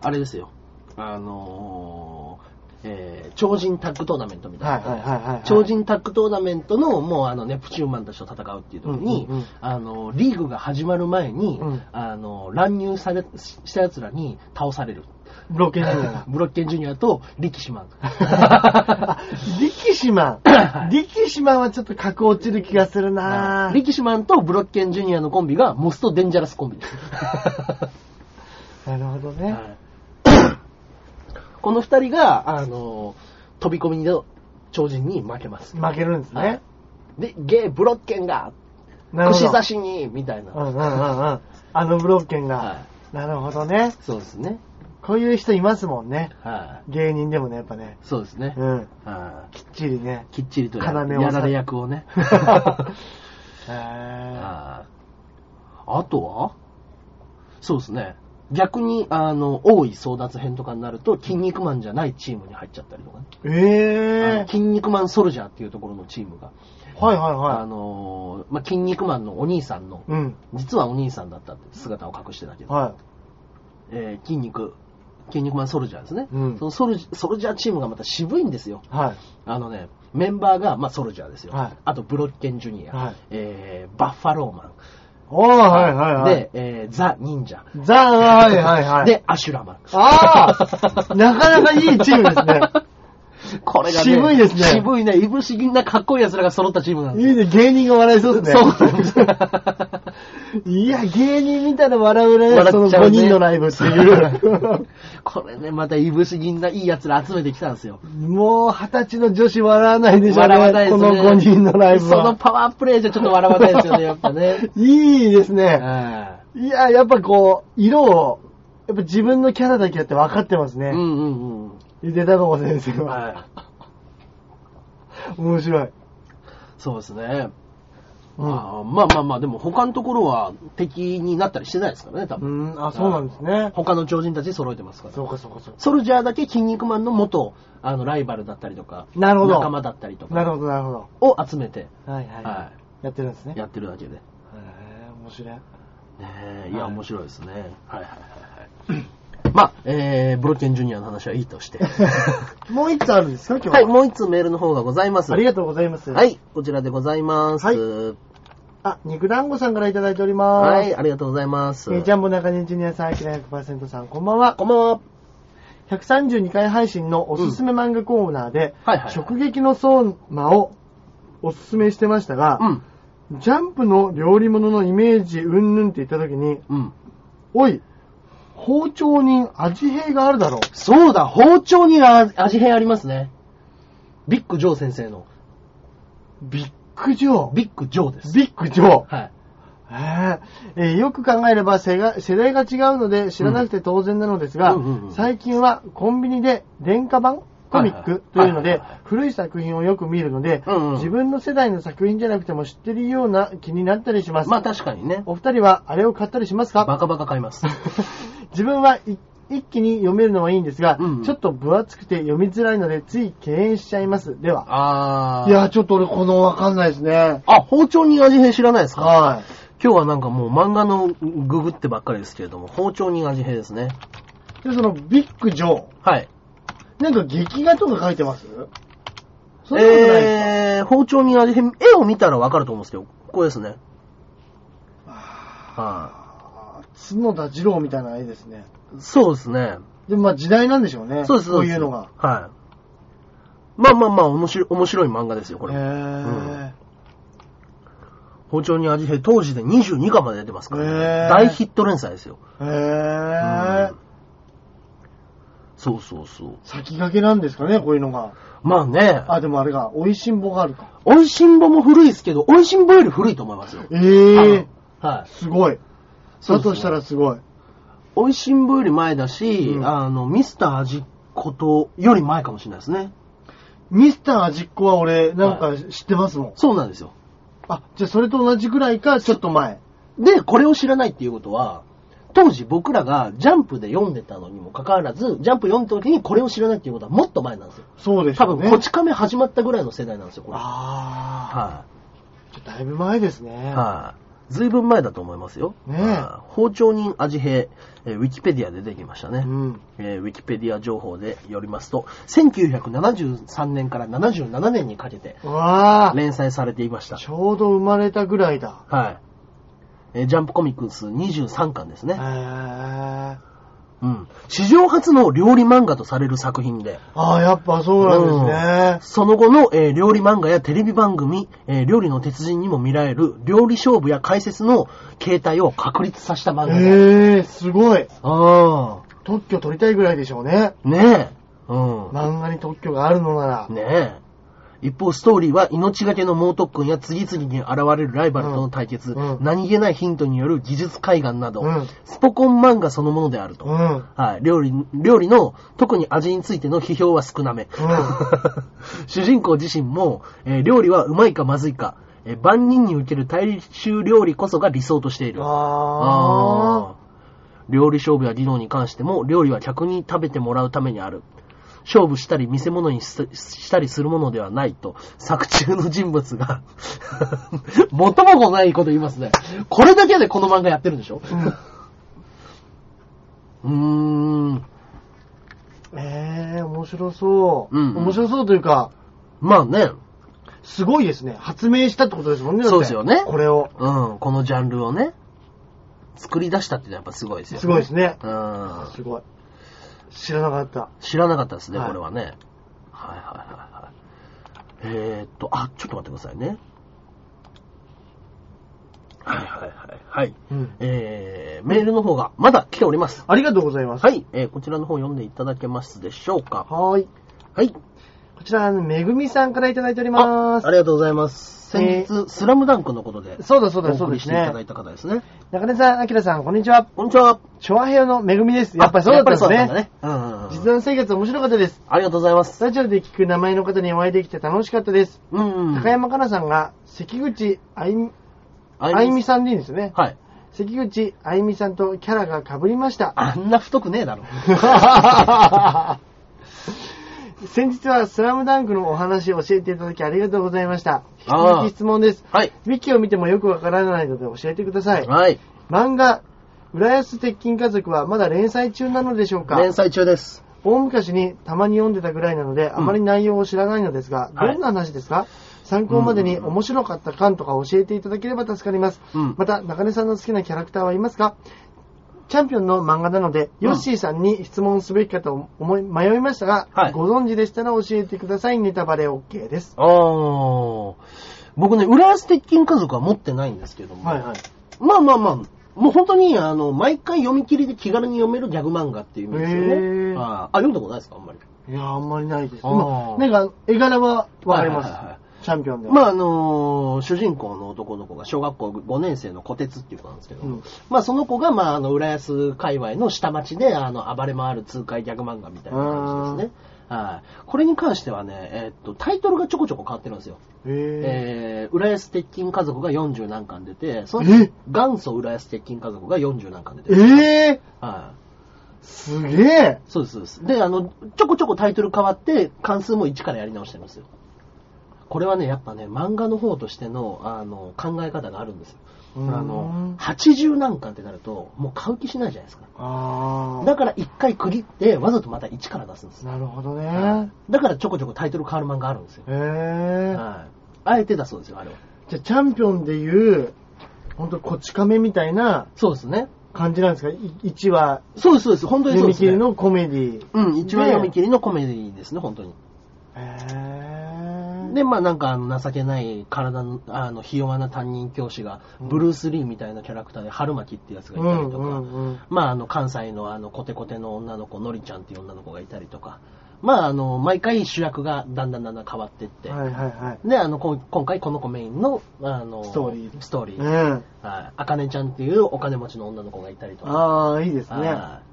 あれですよ。あのーえー超人タッグトーナメントみたい
は
な。
いはいはいはいはい。
超人タッグトーナメントの、もうあの、ネプチューマンたちと戦うっていう時に、
うんうんうん
あの、リーグが始まる前に、
うん
あの、乱入され、しした奴らに倒される。
ブロッケンジュニアが。
ブロッケンジュニアと力士マン。
あ力士マン。力士マンはちょっと格落ちる気がするな
力士マンとブロッケンジュニアのコンビが、モストデンジャラスコンビです。
なるほどね。
はいこの二人が、あの、飛び込みの超人に負けます。
負けるんです
は
ね
い。で、ゲイブロッケンが、
なるほ
串
ど。
刺しに、みたいな。
うんうんうんうん。あのブロッケン
は
が。なるほどね。
そうですね。
こういう人いますもんね。
はい、
芸人でもね、やっぱね。
そうですね。
うん。
は
きっちりね
い。。きっちりとや
要を
やられ役をね。
へー
はいあとはそうですね。逆に、あの、多い争奪編とかになると、筋肉マンじゃないチームに入っちゃったりとかね。
え
あ
え
の筋肉マンソルジャーっていうところのチームが、
はいはい
あ
は
のーまあ、筋肉マンのお兄さんの
い。、うん。
実はお兄さんだったって姿を隠してたけど、
は
えー筋肉、筋肉マンソルジャーですね。
うん
そのソルジソルジャーチームがまた渋いんですよ。
い。はい。
あのね、メンバーが、まあ、ソルジャーですよ。
はい
あと、ブロッケンジュニア、
はい
えーバッファローマン、
おー、はいはいはい。
で、えーザ・忍者、
ザはいはいはい。
で、アシュラマン。
ああなかなかいいチームですね。
これがね、
渋いですね
渋いね、いぶし銀なかっこいい奴らが揃ったチームなんです
いいね、芸人が笑いそうですね。
そうなんです。
いや、芸人見たら笑うね、
笑っ
その
ちゃうね
5人のライブ っていう。
これね、またいぶし銀ないい奴ら集めてきたんですよ。
もう二十歳の女子笑わないでしょ、
笑わないです
こ
ね。
の5人のライブ
その
は。
パワープレイじゃちょっと笑わないですよね、やっぱね。
いいです ね。
はい
や、やっぱこう、色を、やっぱ自分のキャラだけやって分かってます
い。う
ね。
んうんうん。
ゆでたこ先生は。
はい。
面白い。
そうですね。
うん。
あーまあまあまあ、でも他のところは敵になったりしてないですからね、多分。
うん、あ、そうなんですね。
他の超人たち揃えてますから。
そうかそうかそうか。
ソルジャーだけ筋肉マンの元、あの、ライバルだったりとか、
なるほど
仲間だったりと
な
か
るほど、なるほど。
を集めて、
はいはい。
は
やってるんですね。
い、やってるだけで。ね
へー面白い。
えいや、
はい
面白いですね。はいはいはいはい。 まあ、えー、ブロッケンジュニアの話はいいと して。
もう一つあるんですか、今日は。
はい、もう一つメールの方がございます。
ありがとうございます。
はい、こちらでございます。
は
はいい、
あ、肉団子さんからいただいております。
はい、ありがとうございます。
えージャンボ中根ジュニアさん、アキラ100%さん、こんばんは。
こんばんは。
132回配信のおすすめ漫画コーナーで、
はいはい。
直撃の相馬をおすすめしてましたが
う、ん、
ジャンプの料理物のイメージうんぬんって言った時に、
うん。
おい、包丁に味変があるだろう。
そうだ、包丁にあ味変ありますね。ビッグジョー先生の、
ビッグジョー。
ビッグジョーです。
ビッグジョー。
はい。
へええーよく考えれば世が世代が違うので知らなくて当然なのですが、
うんうんうんうん
最近はコンビニで廉価版コミックと
はいはい
いうの
はい
で
はいはい、
古い作品をよく見るので、
うんうん
自分の世代の作品じゃなくても知ってるような気になったりします。
まあ確かにね。
お二人はあれを買ったりします
バ
か
カバカ買います。
自分はい一気に読めるのはいいんですが、
うんうん
ちょっと分厚くて読みづらいので、つい敬遠しちゃいます。では。
あー。
いや、ちょっと俺このわかんないですね。
あ、包丁に味変知らないですか
はい。
今日はなんかもう漫画のググってばっかりですけれども、包丁に味変ですね。
で、そのビッグジョー。
はい。
なんか劇画とか書いてますそんなことない。
えー、包丁に味変、絵を見たらわかると思うんですけど、これですね。は
あー角田二郎みたいな絵ですね。
い。そうですね。
でもまあ時代なんでしょうね。
そうです、
こ
そううで
い
す。
うのが。。
はい。まあまあまあ、面白い、面白い漫画ですよ、こ
へ
れ。
ー
包丁に味変、当時で22巻まで出てますから、
へー
ね、大ヒット連載ですよ。
へー
うんそうそうそう。
先駆けなんですかね、こういうのが。
まあね、
あ、でもあれが、美味しんぼがあるか。
美味しんぼも古いですけど、美味しんぼより古いと思いますよ。
えー、
はい。
すごい。
そうで
だ
すね
としたらすごい。
美味しんぼより前だし、
うん
あの、ミスター味ことより前かもしれないですね。
ミスター味っ子は俺、なんか知ってますもん。
そうなんですよ。
あ、じゃあそれと同じぐらいか、ちょっと前。
で、これを知らないっていうことは、当時僕らがジャンプで読んでたのにもかかわらず、ジャンプ読んだ時にこれを知らないっていうことはもっと前なんですよ。
そうでし
多
ょう
分、
ね。
こち亀始まったぐらいの世代なんですよ、これ。は
あ
い。
ー、じゃあだいぶ前ですね。
はい。ずいぶん前だと思いますよ。
ねえ
はい包丁人味兵、えーウィキペディアで出てきましたね。
うん。
えーウィキペディア情報でよりますと、1973年から77年にかけて
うわー
連載されていました。
ちょうど生まれたぐらいだ。
はい。えージャンプコミックス23巻です
へ
ね。
ー
うん。史上初の料理漫画とされる作品で、
ああ、やっぱそうなんですね。
その後の、えー料理漫画やテレビ番組、えー料理の鉄人にも見られる料理勝負や解説の形態を確立させた漫画で。
ええー、すごい。
あ
特許取りたいぐらいでしょうね。
あ。ねえ。うん。
漫画に特許があるのなら。
ねえ。一方、ストーリーは命がけの猛特訓や次々に現れるライバルとの対決、
うんうん
何気ないヒントによる技術海岸など、
うん
スポコン漫画そのものであると。
うん。うん。
はい、料理、料理の、特に味についての批評は少なめ。 主人公自身も、えー料理はうまいかまずいか、えー万人に受ける大衆料理こそが理想としている。
ああ。
あー料理勝負や技能に関しても、料理は客に食べてもらうためにある。勝負したり見せ物にししたりするものではないと、作中の人物が、 元も子ないこと言いますね。これだけでこの漫画やってるんでしょうーん。
ええー、面白そう、
うんうん
面白そうというか、
まあね、
すごいですね。発明したってことですもんね。だって
そうですよね
これを。
うん、このジャンルをね、作り出したってのはやっぱすごいですよ、ね。
すごいですね。
うん。
すごい。知らなかった。
知らなかったですね、
はい
これはね。ははいはいはいはい。えー、っと、あ、ちょっと待ってくださいね。はいはいはいはい。
うん
えー、メールの方がまだ来ております。
ありがとうございます。
はい、えー、こちらの方読んでいただけますでしょうか。
はーい。
はい。
こちら、めぐみさんからいただいておりま
あ
す
あ。りがとうございます。先
え
日、スラムダンクのことで、
そうだそうだ
お
そ
送
うで
りし
す
ていた
ね
だ。いた方ですね。
中根さん、あきらさん、こんにちは。
こんにちは。
チョアヘヨのめぐみです。やっぱりそうだったんです
あやっぱりそうだったんだ
ね。
ね。うんうんうん
実談生活面白かったです。
ありがとうございます。
ラジオで聞く名前の方にお会いできて楽しかったです。
うんうん。
高山かなさんが、関口あゆみ、
あ
あゆみ
さ
さんでいいんですよね。
ん。はい。
関口あゆみさんとキャラが被りました。
あんな太くねえだ ろ。
先日はスラムダンクのお話を教えていただきありがとうございました。引き
あー
続き質問です。
はい。
ウィキを見てもよくわからないので教えてください。
はい。
漫画、浦安鉄筋家族はまだ連載中なのでしょうか
連載中です。
大昔にたまに読んでたぐらいなので、
ん
あまり内容を知らないのですが、
はい
どんな話ですか参考までに面白かった感とか教えていただければ助かります。
うん
また、中根さんの好きなキャラクターはいますかチャンピオンの漫画なので、
うん
ヨッシーさんに質問すべきかと思い、迷いましたが、
はい
ご存知でしたら教えてください。ネタバレ OK です。
あー。僕ね、浦安鉄筋家族は持ってないんですけども。
はいはい。
まあまあまあ、もう本当に、あの、毎回読み切りで気軽に読めるギャグ漫画っていう意味ですよ
へ
ね。
ー
あーあ、読んだことないですかあんまり。
いやー、あんまりないです。
あー
まあなんか、絵柄はわかりま
は
す、
いはいはいはい
チャンピオンでは。
まああのー主人公の男の子が小学校5年生の小鉄っていう子なんですけど、
うん
まあその子が、まああの、浦安界隈の下町で、あの、暴れ回る痛快ギャグ漫画みたいな感じですね。はい。これに関してはね、えーっと、タイトルがちょこちょこ変わってるんですよ。
へー
えー、浦安鉄筋家族が40何巻出て、その
え
元祖浦安鉄筋家族が40何巻出て
え
る。
え
はい。
ー、すげえ
そうです、そうです。で、あの、ちょこちょこタイトル変わって、関数も1からやり直してるんですよ。これはね、やっぱね、漫画の方としての、あの、考え方があるんですよ。あ
うーん
の、80何巻ってなると、もう買う気しないじゃないですか。
あ
だから1回区切って、わざとまた1から出すんですよ。
なるほどね。
はいだからちょこちょこタイトル変わる漫画あるんですよ。
へ
は
え
い。あえてだそうですよ、あれは。
じゃあ、チャンピオンでいう、ほんと、こち亀みたいな
そうですね。
感じなんですか ?1 話、
そうです、そうです。本当に
読
そうです、
み切
ね。
りのコメディ。
うん、一話読み切りのコメディですね、本当に。
へえ
で、まあなんかあの情けない体の、あの、ひ弱な担任教師が、
うん
ブルース・リーみたいなキャラクターで、春巻っていうやつが
う
いたり
ん
とか、
うんうん。
まああの、関西のあの、コテコテの女の子、のりちゃんっていう女の子がいたりとか、まああの、毎回主役がだんだんだんだん変わっていって、
はいはいはい。
で、あの、こ今回この子メインの、あの、
ストーリー
ストーリー。
うん。
はい。あかねちゃんっていうお金持ちの女の子がいたりとか、
ああ、いいですね。
はい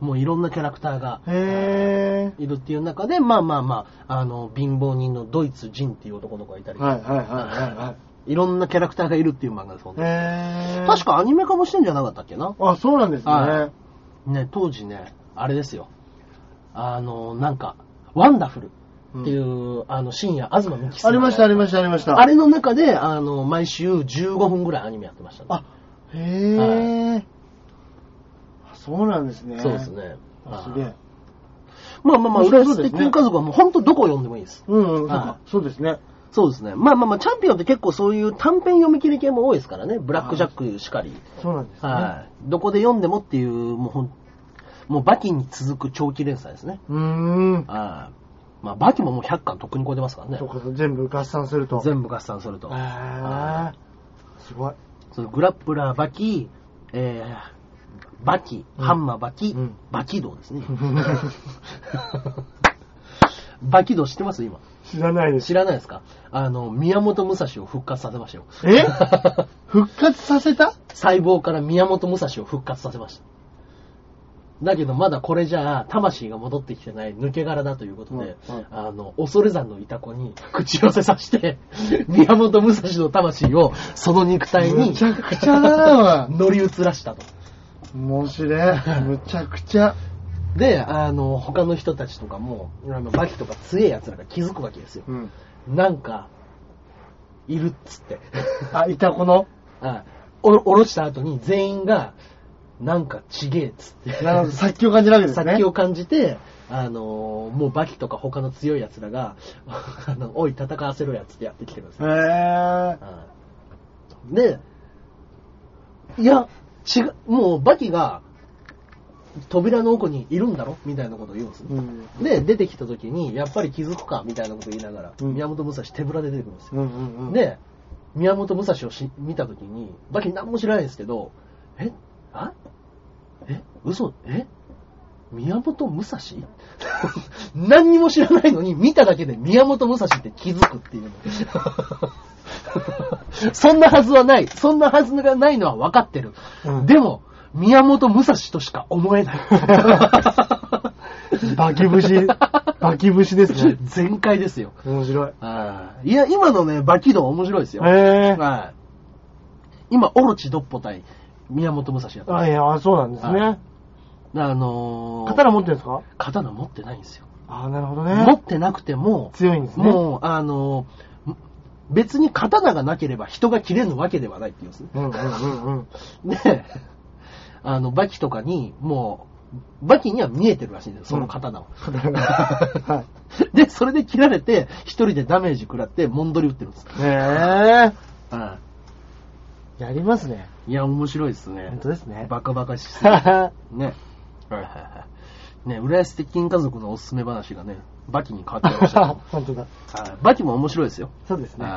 もういろんなキャラクターが、
へ
いるっていう中で、まあまあまあ、あの、貧乏人のドイツ人っていう男の子がいたり
え。
とか
はいはいはい
ろんなキャラクターがいるっていう漫画です、本
い
当
はい
に。
はい。へえ。
確。かアニメ化もしてんじゃなかったっけな
あ、そうなんですね。
はね、当時ね、あれですよ。あの、なんか、ワンダフルっていう、あの、深夜、東美樹さ
あ
ん。
りましたありましたありました。
あれの中で、あの、毎週15分ぐらいアニメやってましたね。
あ、へえ、
は
あそうなんですね。
そうです。ね。
あすげ
はい
え。
まあまあまあ、
そう
浦
ですね
安鉄筋家族はもう本当どこ読んでもいいです。
うん、うん、そう
は
か。そうですね。
そうですね。まあまあまあ、チャンピオンって結構そういう短編読み切り系も多いですからね。ブラックジャックしかり。
そうなんですね。
はい。どこで読んでもっていう、もうほん、もうバキに続く長期連載ですね。
うーん。
はい。まあ、バキももう100巻とっくに超えてますからね
そ。うか、全部合算すると。
全部合算すると
へ。えすごい。
そのグラップラー、バキ、えー、バキ、
うん
ハンマー、バキ、
うん
バキ道です ね。バキ道知ってます今。
知らないです。
知らないですかあの、宮本武蔵を復活させましたよ。
え復活させた
細胞から宮本武蔵を復活させました。だけどまだこれじゃあ、魂が戻ってきてない抜け殻だということで、
うんうん
あの、恐山のいた子に 口寄せさせて、宮本武蔵の魂をその肉体に、
むちゃくちゃだな
乗り移らしたと。
面白い。むちゃくちゃ。
で、あの、他の人たちとかも、あの、バキとか強え奴らが気づくわけですよ。
うん。
なんか、いるっつ って。
あ、いたこの
はいおろおろした後に全員が、なんかちげえっつって。
なるほど、殺気を感じるわけですね。
殺気を感じて、あのーもうバキとか他の強い奴らが、 あの、おい、戦わせろやつってやってきてるんです
へ
よ。
え
うんで、いや、違う、もうバキが、扉の奥にいるんだろみたいなことを言うんですね。
うん。
で、出てきた時に、やっぱり気づくか、みたいなこと言いながら、
うん
宮本武蔵手ぶらで出てくるんですよ。
うんうんうん。
で、宮本武蔵をし見た時に、バキ何も知らないんですけど、えあえ嘘え宮本武蔵 何にも知らないのに、見ただけで宮本武蔵って気づくっていうの。 そんなはずはない。そんなはずがないのは分かってる。
うん
でも、宮本武蔵としか思 えない。
バキ 節、バキ節ですね。
全開ですよ。
面白い。
あーいや、今のね、バキドン面白いですよ。
ええ
はい。今、オロチドッポ対宮本武蔵やった。
あ、いや、そうなんです
は
ね。
あのー、
刀持ってるんですか
刀持ってないんですよ。
ああ、なるほど
持
ね
っ。てなくても、
強いんですね。
もう、あのー、ん別に刀がなければ人が切れぬわけではないって言うんですね。
うんうんうんうん。
で、あの、バキとかに、もう、バキには見えてるらしいんですよ、その刀を。
刀が。は
で、それで切られて、一人でダメージ食らって、もんどり打ってるんです。
い。ね
は
え。やりますね。
い。いや、面白いですね
本。当です ね。
バカバカしすぎて
は
ね。はいはいはい。 ね、浦安鉄筋家族のおすすめ話がね、バキに変わって ましたけど
本当だ。
はいバキも面白いですよ。
そうですね。
はい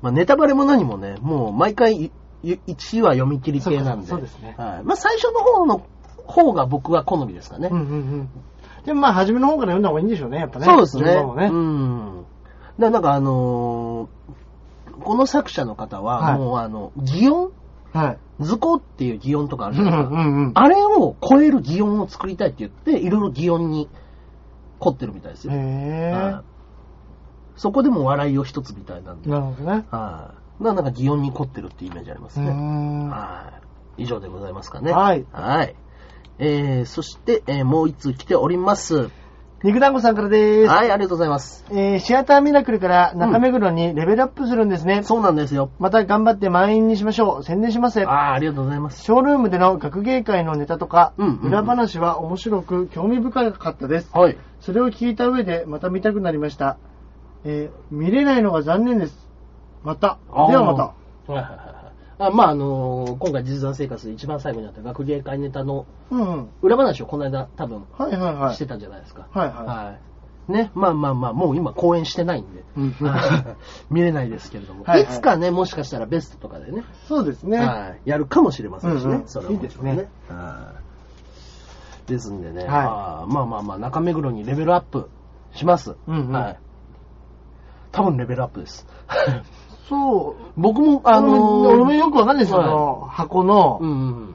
まあ、ネタバレも何もね、もう毎回1話読み切り系なんで。
そうかそうですね
はいまあ、最初の方の方が僕は好みですかね。
うんうんうん。でもまあ、初めの方から読んだ方がいいんでしょうね、やっぱね。
そうですね。
順番もね
うん。だからなんかあのーこの作者の方
は
は、
い
もうあの、擬音
はい。
図工っていう擬音とかある
う
じゃ
ん
な
う
いですか。
んうん。
あれを超える擬音を作りたいって言って、いろいろ擬音に凝ってるみたいですよ。
へえ。
はいそこでも笑いを一つみたいなんで。
なるほどね。
はいななんか擬音に凝ってるっていうイメージありま
う
す
ー
ね。
ん。は
はい以上でございますかね。
はい
はい。えー、そして、えーもう一通来ております。
い肉団子さんからです。
はい、ありがとうございます。
えー、シアターミラクルから中目黒にレベルアップするんですね。
そうなんですよ。
また頑張って満員にしましょう。宣伝します。シ
あーありがとうございます。
ョールームでの学芸会のネタとか、
うんうんうん
裏話は面白く興味深かったです。
はい。
それを聞いた上でまた見たくなりました。えー、見れないのが残念です。また。
あー
ではまた。
はいはいはいはい。あまあ、あのー今回実弾生活で一番最後にあった学芸会ネタの
うんうん。
裏話をこの間多分
はいはいは
して
い。
たんじゃないですか。
はいはい
はい。ね、まあまあまあ、もう今公演してないんで
うん、
見れない ですけれども、
はい
い
はい
つかね、もしかしたらベストとかでね、
そうですね。は
はいやるかもしれませんし
うん
ね
う、ん
それはもちろん
いいですね
はいですんでね、
はい
あーまあまあまあ、中目黒にレベルアップします。
うんうん
はい多分レベルアップです。
い、そう。
僕も、あ
あの
のー
俺もよくわかんないですよ、
はい
その箱の、
うんうん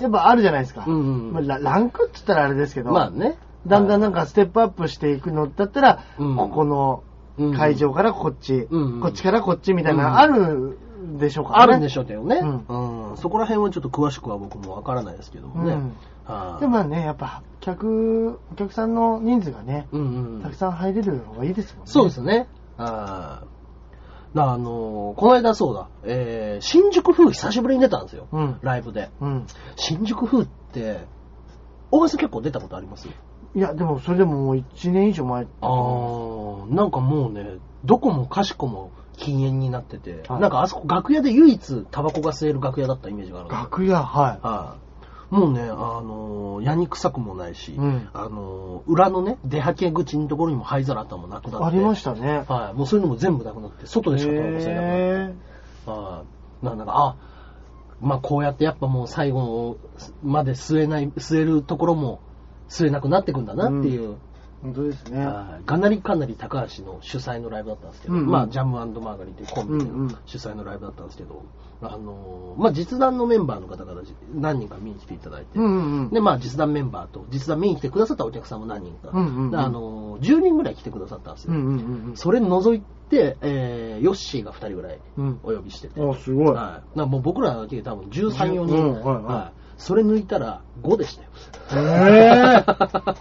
やっぱあるじゃないですか。
うんうん
まあラランクって言ったらあれですけ
う
ど、
ん。まあね。
だんだんなん
か、
かステップアップしていくのだったら、
うん
ここの
うん
会場からこっち、
うんうん
こっちからこっちみたいな、
うん
あるでしょうから
あ
ね。
るんでしょうけどね。
う
うん。そこら辺はちょっと詳しくは僕もわからないですけども
う
ね。
ん
はい
でもまあね、やっぱ客、お客さんの人数がね、
うんうん
たくさん入れる方がいいですもんね。
そうですね。あーだからあのーこの間そうだ、えー新宿風久しぶりに出たんですよ。
うん
ライブで。
うん。
新宿風って、大橋結構出たことあります
いや、でもそれでももう1年以上前。
あー、なんかもうね、どこもかしこも禁煙になってて、
はい
なんかあそこ楽屋で唯一タバコが吸える楽屋だったイメージがあるんですよ
楽屋、は
はい。もうね、あのー、やに臭くもないし、
うん
あのー、裏のね、出はけ口のところにも灰皿あったのもなく
い。
なって。
ありましたね。
はい。もうそういうのも全部なくなって、外でしかタバコ吸えなくなって。
へ
はい。なんだか、あ、まあこうやってやっぱもう最後まで吸えない、吸えるところも吸えなくなってくんだなっていう、
ー本当ですね。
はいがなりかなり高橋の主催のライブだったんですけど、
うんうん
まあジャムマーガリンというコンビで
うんうん
主催のライブだったんですけど、あのー、まあ実弾のメンバーの方々何人か見に来ていただいて、
うんうんうん。
で、まあ、実弾メンバーと、実弾見に来てくださったお客さんも何人か、
うんうんうん
であのー、10人ぐらい来てくださったんです
う
よ。
んうんうん
それ除いて、えー、ヨッシーが2人ぐらい
うん。
お呼びしてて、
うん。あ、すごい。
はい、なんかもう僕らだけで多分13、4人、
うんはいはい
それ抜いたら5でしたよ。
え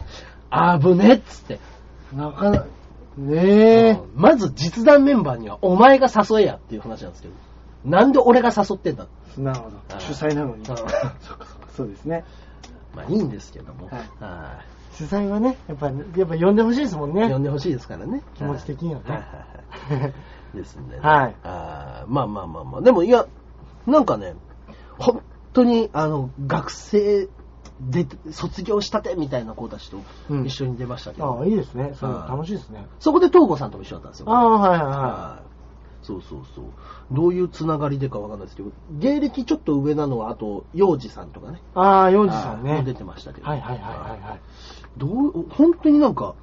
危ねえっつって、
えなかなか、ねえ。
まず実弾メンバーにはお前が誘えやっていう話なんですけど、なんで俺が誘ってんだ
なるほど。主催なのに。
うん
そうですね。
まあいいんですけども、
はい
はい
主催はね、やっぱ、やっぱ呼んでほしいですもんね
呼。んでほしいですからね。
気持ち的にはね
はいはいはいですんでね。
はい
あーまあまあまあまあ。でもいや、なんかね、本当に、あの、学生出て、卒業したてみたいな子たちと
うん
一緒に出ましたけど、
ああ、いいですね。そう
はい
楽しいですね。
そこで東郷さんとも一緒だったんですよ。
ああ、はいはいは
はい。そうそうそう。どういうつながりでかわかんないですけど、芸歴ちょっと上なのは、あと、幼児さんとかね。
い。ああ、ヨンジさんね。
は
はいい
出てましたけど。
はいはいはいはい。
どう、本当になんか、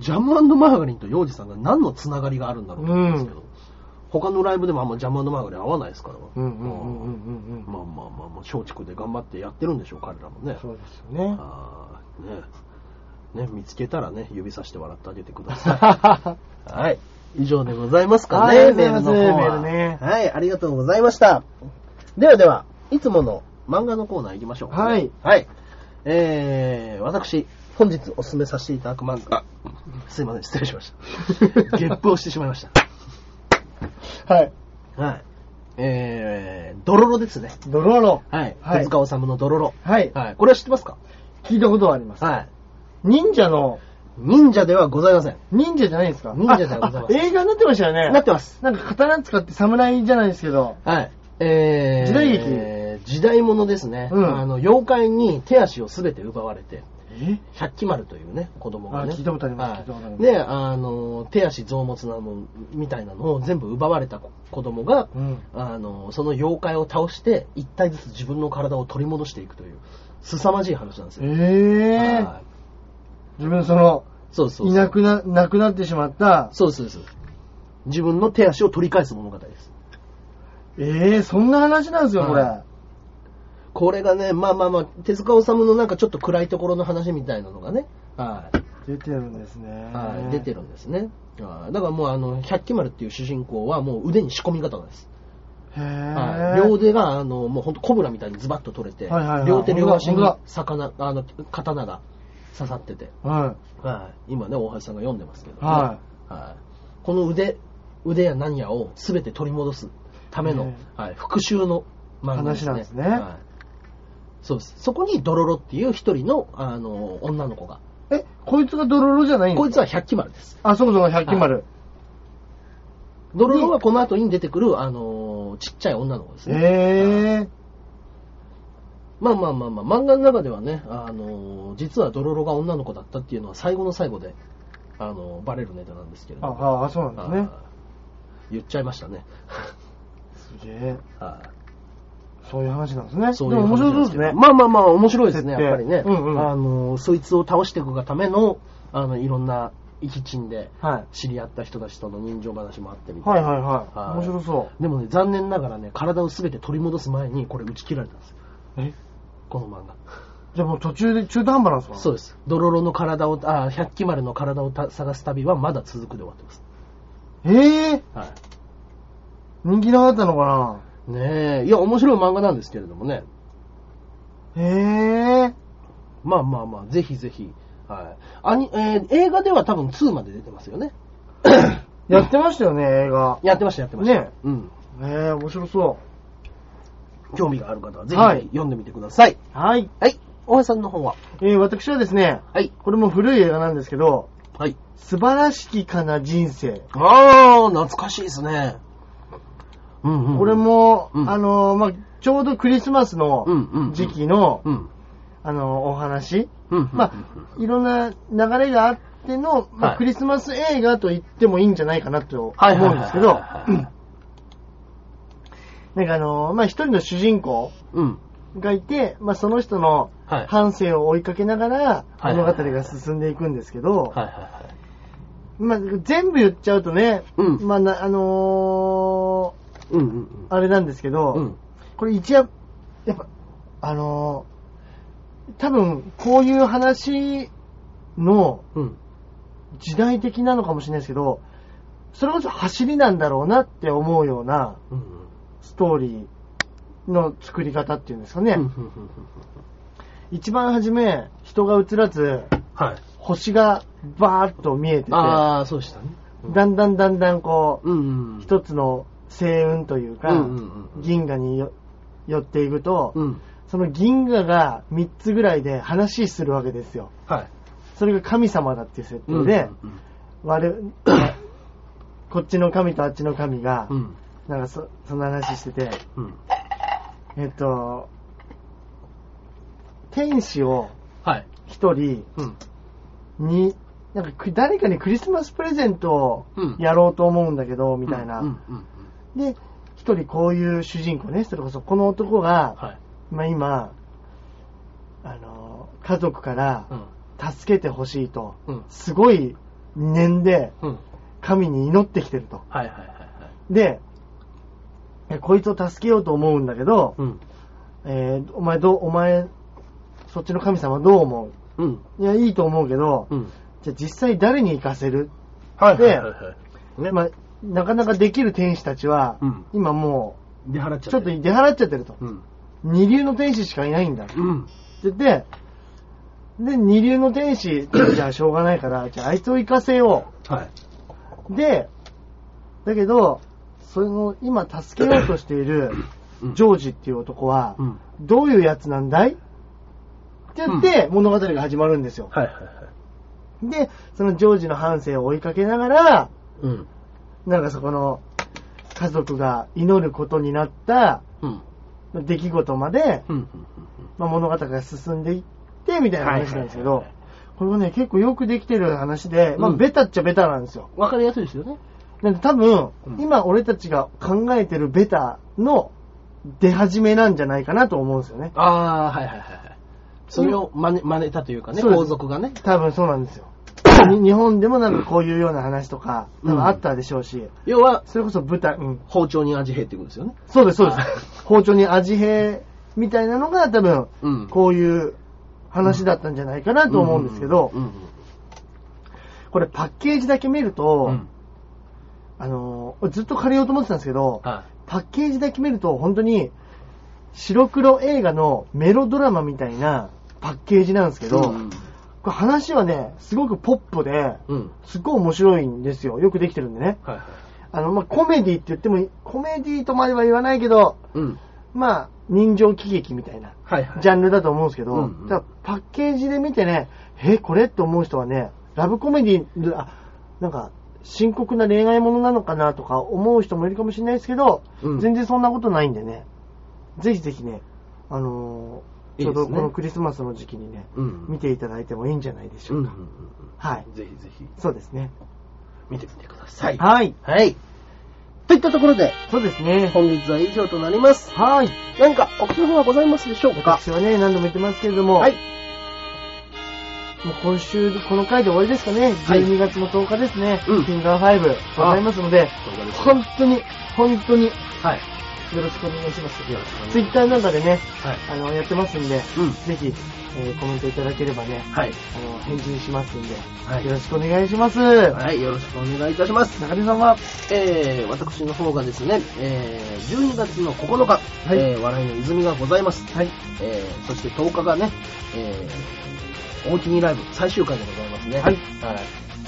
ジャムマーガリンと幼児さんが何のつながりがあるんだろうと思うんですけど、他のライブでもあんまジャムマーガリン合わないですから。
うんうんうんうんうんうん。
まあまあまあまあ、松竹で頑張ってやってるんでしょう、彼らもね。
そうですよね。
あーね。ね、見つけたらね、指さして笑ってあげてください。はい。以上でございますか
はいあ
ね、
り
メー
が
ル
と
の
うござい
方
ま
は。
すメールね
はい、ありがとうございました。ではでは、いつもの漫画のコーナー行きましょうかね、
はい
はい。えー、私、本日お勧めさせていただく漫画、すいません、失礼しま した。ゲップをしてしまいまし
はい。
た。はい。えー、ドロロですね。
ドロロ。
はい。
はい
手塚治虫のドロロ。
はい。
はい。これは知ってますか
聞いたことはあります。
はい。
忍者の、
忍者ではございません。
忍者じゃないですか
忍者じゃございません
ああ映画になってましたよね。
なってます。
なんか刀使って侍じゃないですけど。
はい。えー、
時代劇
えー時代物ですね。
うん
あの、妖怪に手足をすべて奪われて、
え
百鬼丸というね、子供がね。
あ聞いたことあります聞いたことあります
で、あの、手足増物なの、みたいなのを全部奪われた子供が、
うん。
あの、その妖怪を倒して、一体ずつ自分の体を取り戻していくという、凄まじい話なんです
え
よ。
え
はい
自分その、
そうそうそう
いなくな、なくなってしまった。
そうです、そうです。自分の手足を取り返す物語です。
ええそんな話なんですよ、これ。
はこれがね、まあまあまあ、手塚治虫のなんかちょっと暗いところの話みたいなのがね、はい、
出てるんですね。
はい、出てるんですね。はいだからもうあの、百鬼丸っていう主人公はもう腕に仕込み方なんです。
へえ、
はい、両腕があの、もうほんとコブラみたいにズバッと取れて、
はいはいはい
両手両足
ほんと
に
だ
魚、あの、刀が刺さってて、
は
はい、今ね、大橋さんが読んでますけど、
い。は
はい、この腕、腕や何やを全て取り戻すための
ね、
はい、復讐の漫画ですね。
話なんですね
はいそうです。そこにドロロっていう一人の、あの、女の子が。
い。え、こいつがドロロじゃないん
こ
で
い
す
つは百鬼丸です。
かあ、そうそう、百鬼丸。
ドロロはこの後に出てくる、あの、ちっちゃい女の子です
え
ね。
え
まあまあまあまあ、漫画の中ではね、あの、実はドロロが女の子だったっていうのは最後の最後で、あの、バレるネタなんですけれど
あ
も。
ああ、そうなんですね
あ。言っちゃいましたね。
すげえ。
はい
そういう話なんですね。
そう
で
いう
も面
話
白
なん
そう
で
ですす
けど
ね。
まあまあまあ、面白いですね、
設定
やっぱりね。
うんうん
あの、そいつを倒していくがための、あの、いろんな、行き地んで、
はい。
知り合った人たちとの人情話もあってみたい
は
な。
いはいはい。
はい
面白そ
でもね、残念ながらね、体を全て取り戻す前に、これ打ち切られたんですよ。
う。え
この漫画。
じゃあもう途中で中途半端なんですか
そう
う。
です。ドロロの体を、あ、百鬼丸の体をた探す旅はまだ続くで終わってます。
ええ
は
人気なかったのか
い。ねえ、いや、面白い漫画なんですけれどもね。
なええ
まあまあまあ、ぜひぜひ。はい。アニえー映画では多分2まで出てますよ ね。
やってましたよね、映画。
やってました、やってました。
ね
うん。
ええ面白そ
興味がある方はぜひ、
はい
読んでみてください。
う。はい。
はい。大橋さんの方は
えー、私はですね、
はい。
これも古い映画なんですけど、
はい。
素晴らしきかな人生。
あー、懐かしいですね。うんうん。
これ、も、
うん
あのーまあ、ちょうどクリスマスの
うんうんうん
時期の、
うん。
あのーお話。
うんうん。
まあ、いろんな流れがあっての、まあ
はい
クリスマス映画と言ってもいいんじゃないかなと
はいはい
思う
はい
んで
はい
すけど、なんかあのーまあ、一人の主人公
うん。
がいて、まあ、その人の
はい。
半生を追いかけながら、
はい
物語が進んでいくんですけど、
はいはいはい。
まあ、全部言っちゃうとね、
うん
まあ、なあの
うんうん
ーあれなんですけど、
うん。うん。
これ一応、やっぱ、あのー多分、こういう話の
うん。
時代的なのかもしれないですけど、それこそ走りなんだろうなって思うような
うん
ストーリーの作り方っていうんですかね。
うんうんうんうん
一番初め、人が映らず、
はい。
星がバーッと見えてて、だ
あー、そうでしたね。
んだんだんだんこう、
うんうん。
一つの星雲というか、
うんうんうん
銀河によ寄っていくと、
うん。
その銀河が3つぐらいで話するわけですよ。
はい。
それが神様だっていう設
うん
定で、
うんうん
我々 こっちの神とあっちの神が、
うん。
なんかそ、そんな話してて、
うん。
えっと、天使を
はい。
一人
うん。
に、なんかく誰かにクリスマスプレゼント
うん
をやろうと思うんだけど、みたいな。
うんうんうん。
で、一人こういう主人公ね、それこそこの男が、
はい。
まあ今、あの、家族から
うん。
助けてほしいと、
うん。
すごい念で
うん。
神に祈ってきてると。
はいはいはいはい。
で、えこいつを助けようと思うんだけど、
うん。
えーお前どう、お前、そっちの神様どう思
うん。
ういや、いいと思うけど、
うん。
じゃあ実際誰に行かせる、
はいはい
で
はいはい。ね。
まあ、なかなかできる天使たちは、
うん
今も
出払っ
う、
ちゃ
ちょっと出払っちゃってると。
うん。
二流の天使しかいないんだ。
うん。
で、で、で二流の天使、じゃあしょうがないから、じゃああいつを行かせよ
はい。
う。で、だけど、その、今助けようとしている、
うん
ジョージっていう男は、
うん。
どういうやつなんだいって言って、物語が始まるんですよ。
はいはいはい。
で、そのジョージの半生を追いかけながら、
うん。
なんかそこの家族が祈ることになった
うん。
出来事まで、
うん。うん。
まあ、物語が進んでいって、みたいな話なんですけど、
はいはいはい
これもね、結構よくできてる話で、まあ、
うん
ベタっちゃベタなんですよ。
わかりやすいですよね。
なんで多分、
うん
今俺たちが考えてるベタの出始めなんじゃないかなと思うんですよね。
ああー、はいはいはいはい。それを真似真似たというかね、
そうです
皇族がね。
多分そうなんです よ。に日本でもなんかこういうような話とか、多分あったでしょうし、
要は、
それこそ舞台、うん、
包丁に味変っていうことですよね。
そうです、そうで
あ
す。包丁に味変みたいなのが多分、
うん
こういう話だったんじゃないかなと思うんですけど
う、んうん
これパッケージだけ見る
うん。
と
う、ん
あのー、ずっと借りようと思ってたんですけど、
は
パッケージだけ見ると本当に白黒映画のメロドラマみたいなパッケージなんで
い。
すけど、
うん
これ話はね、すごくポップで、
うん。
すっごい面白いんですよ。よくできてるんでね。
はいはい。
あの、まあ、コメディって言っても、コメディとまでは言わないけど、
うん。
まあ、人情喜劇みたいな
はいはい。
ジャンルだと思うんですけど、
うんうん
ただパッケージで見てね、え、これって思う人はね、ラブコメディ、あなんか、深刻な恋愛ものなのかなとか思う人もいるかもしれないですけど、
うん
全然そんなことないんでね、ぜひぜひね、あのー
いい
ちょ
で
う
すね
どこのクリスマスの時期にね、
うん
見ていただいてもいいんじゃないでし
う
ょ
んう
うんか。はい
うん。。ぜひぜひ、
そうですね。
見てみてください。
はい。
はい。といったところで、
そうですね。
本日は以上となります。
はい。
何かお口の方はございますでしょうか
私はね、何度も言ってますけれども、
はい。
もう今週、この回で終わりですかね。
はい
12月の10日ですね。
うん
フィンガー5ございますので、本当に、本当によ
はい。
ろしくお願いします。
よろしくお願いします
ツイッターなんかでね、
はい。
あの、やってますんで、
うん
ぜひ、えーコメントいただければね、
はい。
あの、返事しますんで、
はい
よろしくお願いします。は
はい。よろしくお願いいたします。
中根さ んは、
えー、私の方がですね、えー、12月の9日、
はい
えー、笑いの泉がございます。
はい。
えー、そして10日がね、えー、大きにライブ最終回でございますね。
はい
はい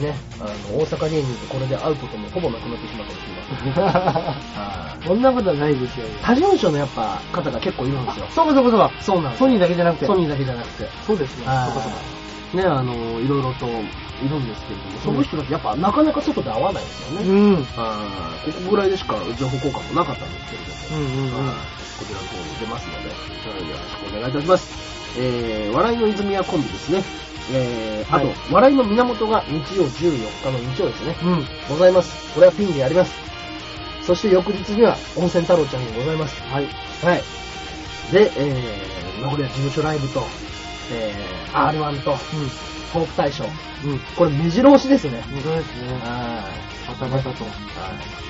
ね、あの、大阪芸人とこれで会うこともほぼなくなってしまったと思います。はい
そんなことはないですよ。
他事務所のやっぱ方が結構いるんですよ。
そうかそうかそうか。
そうなんです
ソニーだけじゃなくて。
ソニーだけじゃなくて。
そうですね。そうかそうか。
はいね、あの、いろいろといるんですけれども、その人たちやっぱなかなか外で会わないんですよ
う
ね。
ん。うん
あーここぐらいでしか情報交換もなかったんですけれども。
うんうん。
こちらの方に出ますので、よろしくお願いいたします。えー、笑いの泉屋コンビですね。えー、あと、
はい
笑いの源が日曜14日の日曜ですね。
うん。
ございます。これはピンでやります。そして翌日には温泉太郎ちゃんにございます。
はい。
はい。で、えー、残りは事務所ライブと、えー、R1 と、ホープ大賞。
うん。うん。
これ目白押しですね。
本当です
は
ね。
い。
バタバタと。
はい。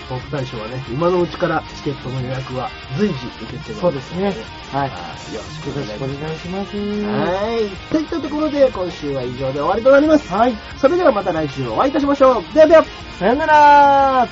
ホープ大賞はね、今のうちからチケットの予約は随時受け付け
そうですね。は。
はいい
よ。
よろしくお
ろ
願い
し
し
くお
ます。
願いします。
はい。といったところで、今週は以上で終わりとなります。
はい。
それではまた来週お会いいたしましょう。ではでは。
さよなら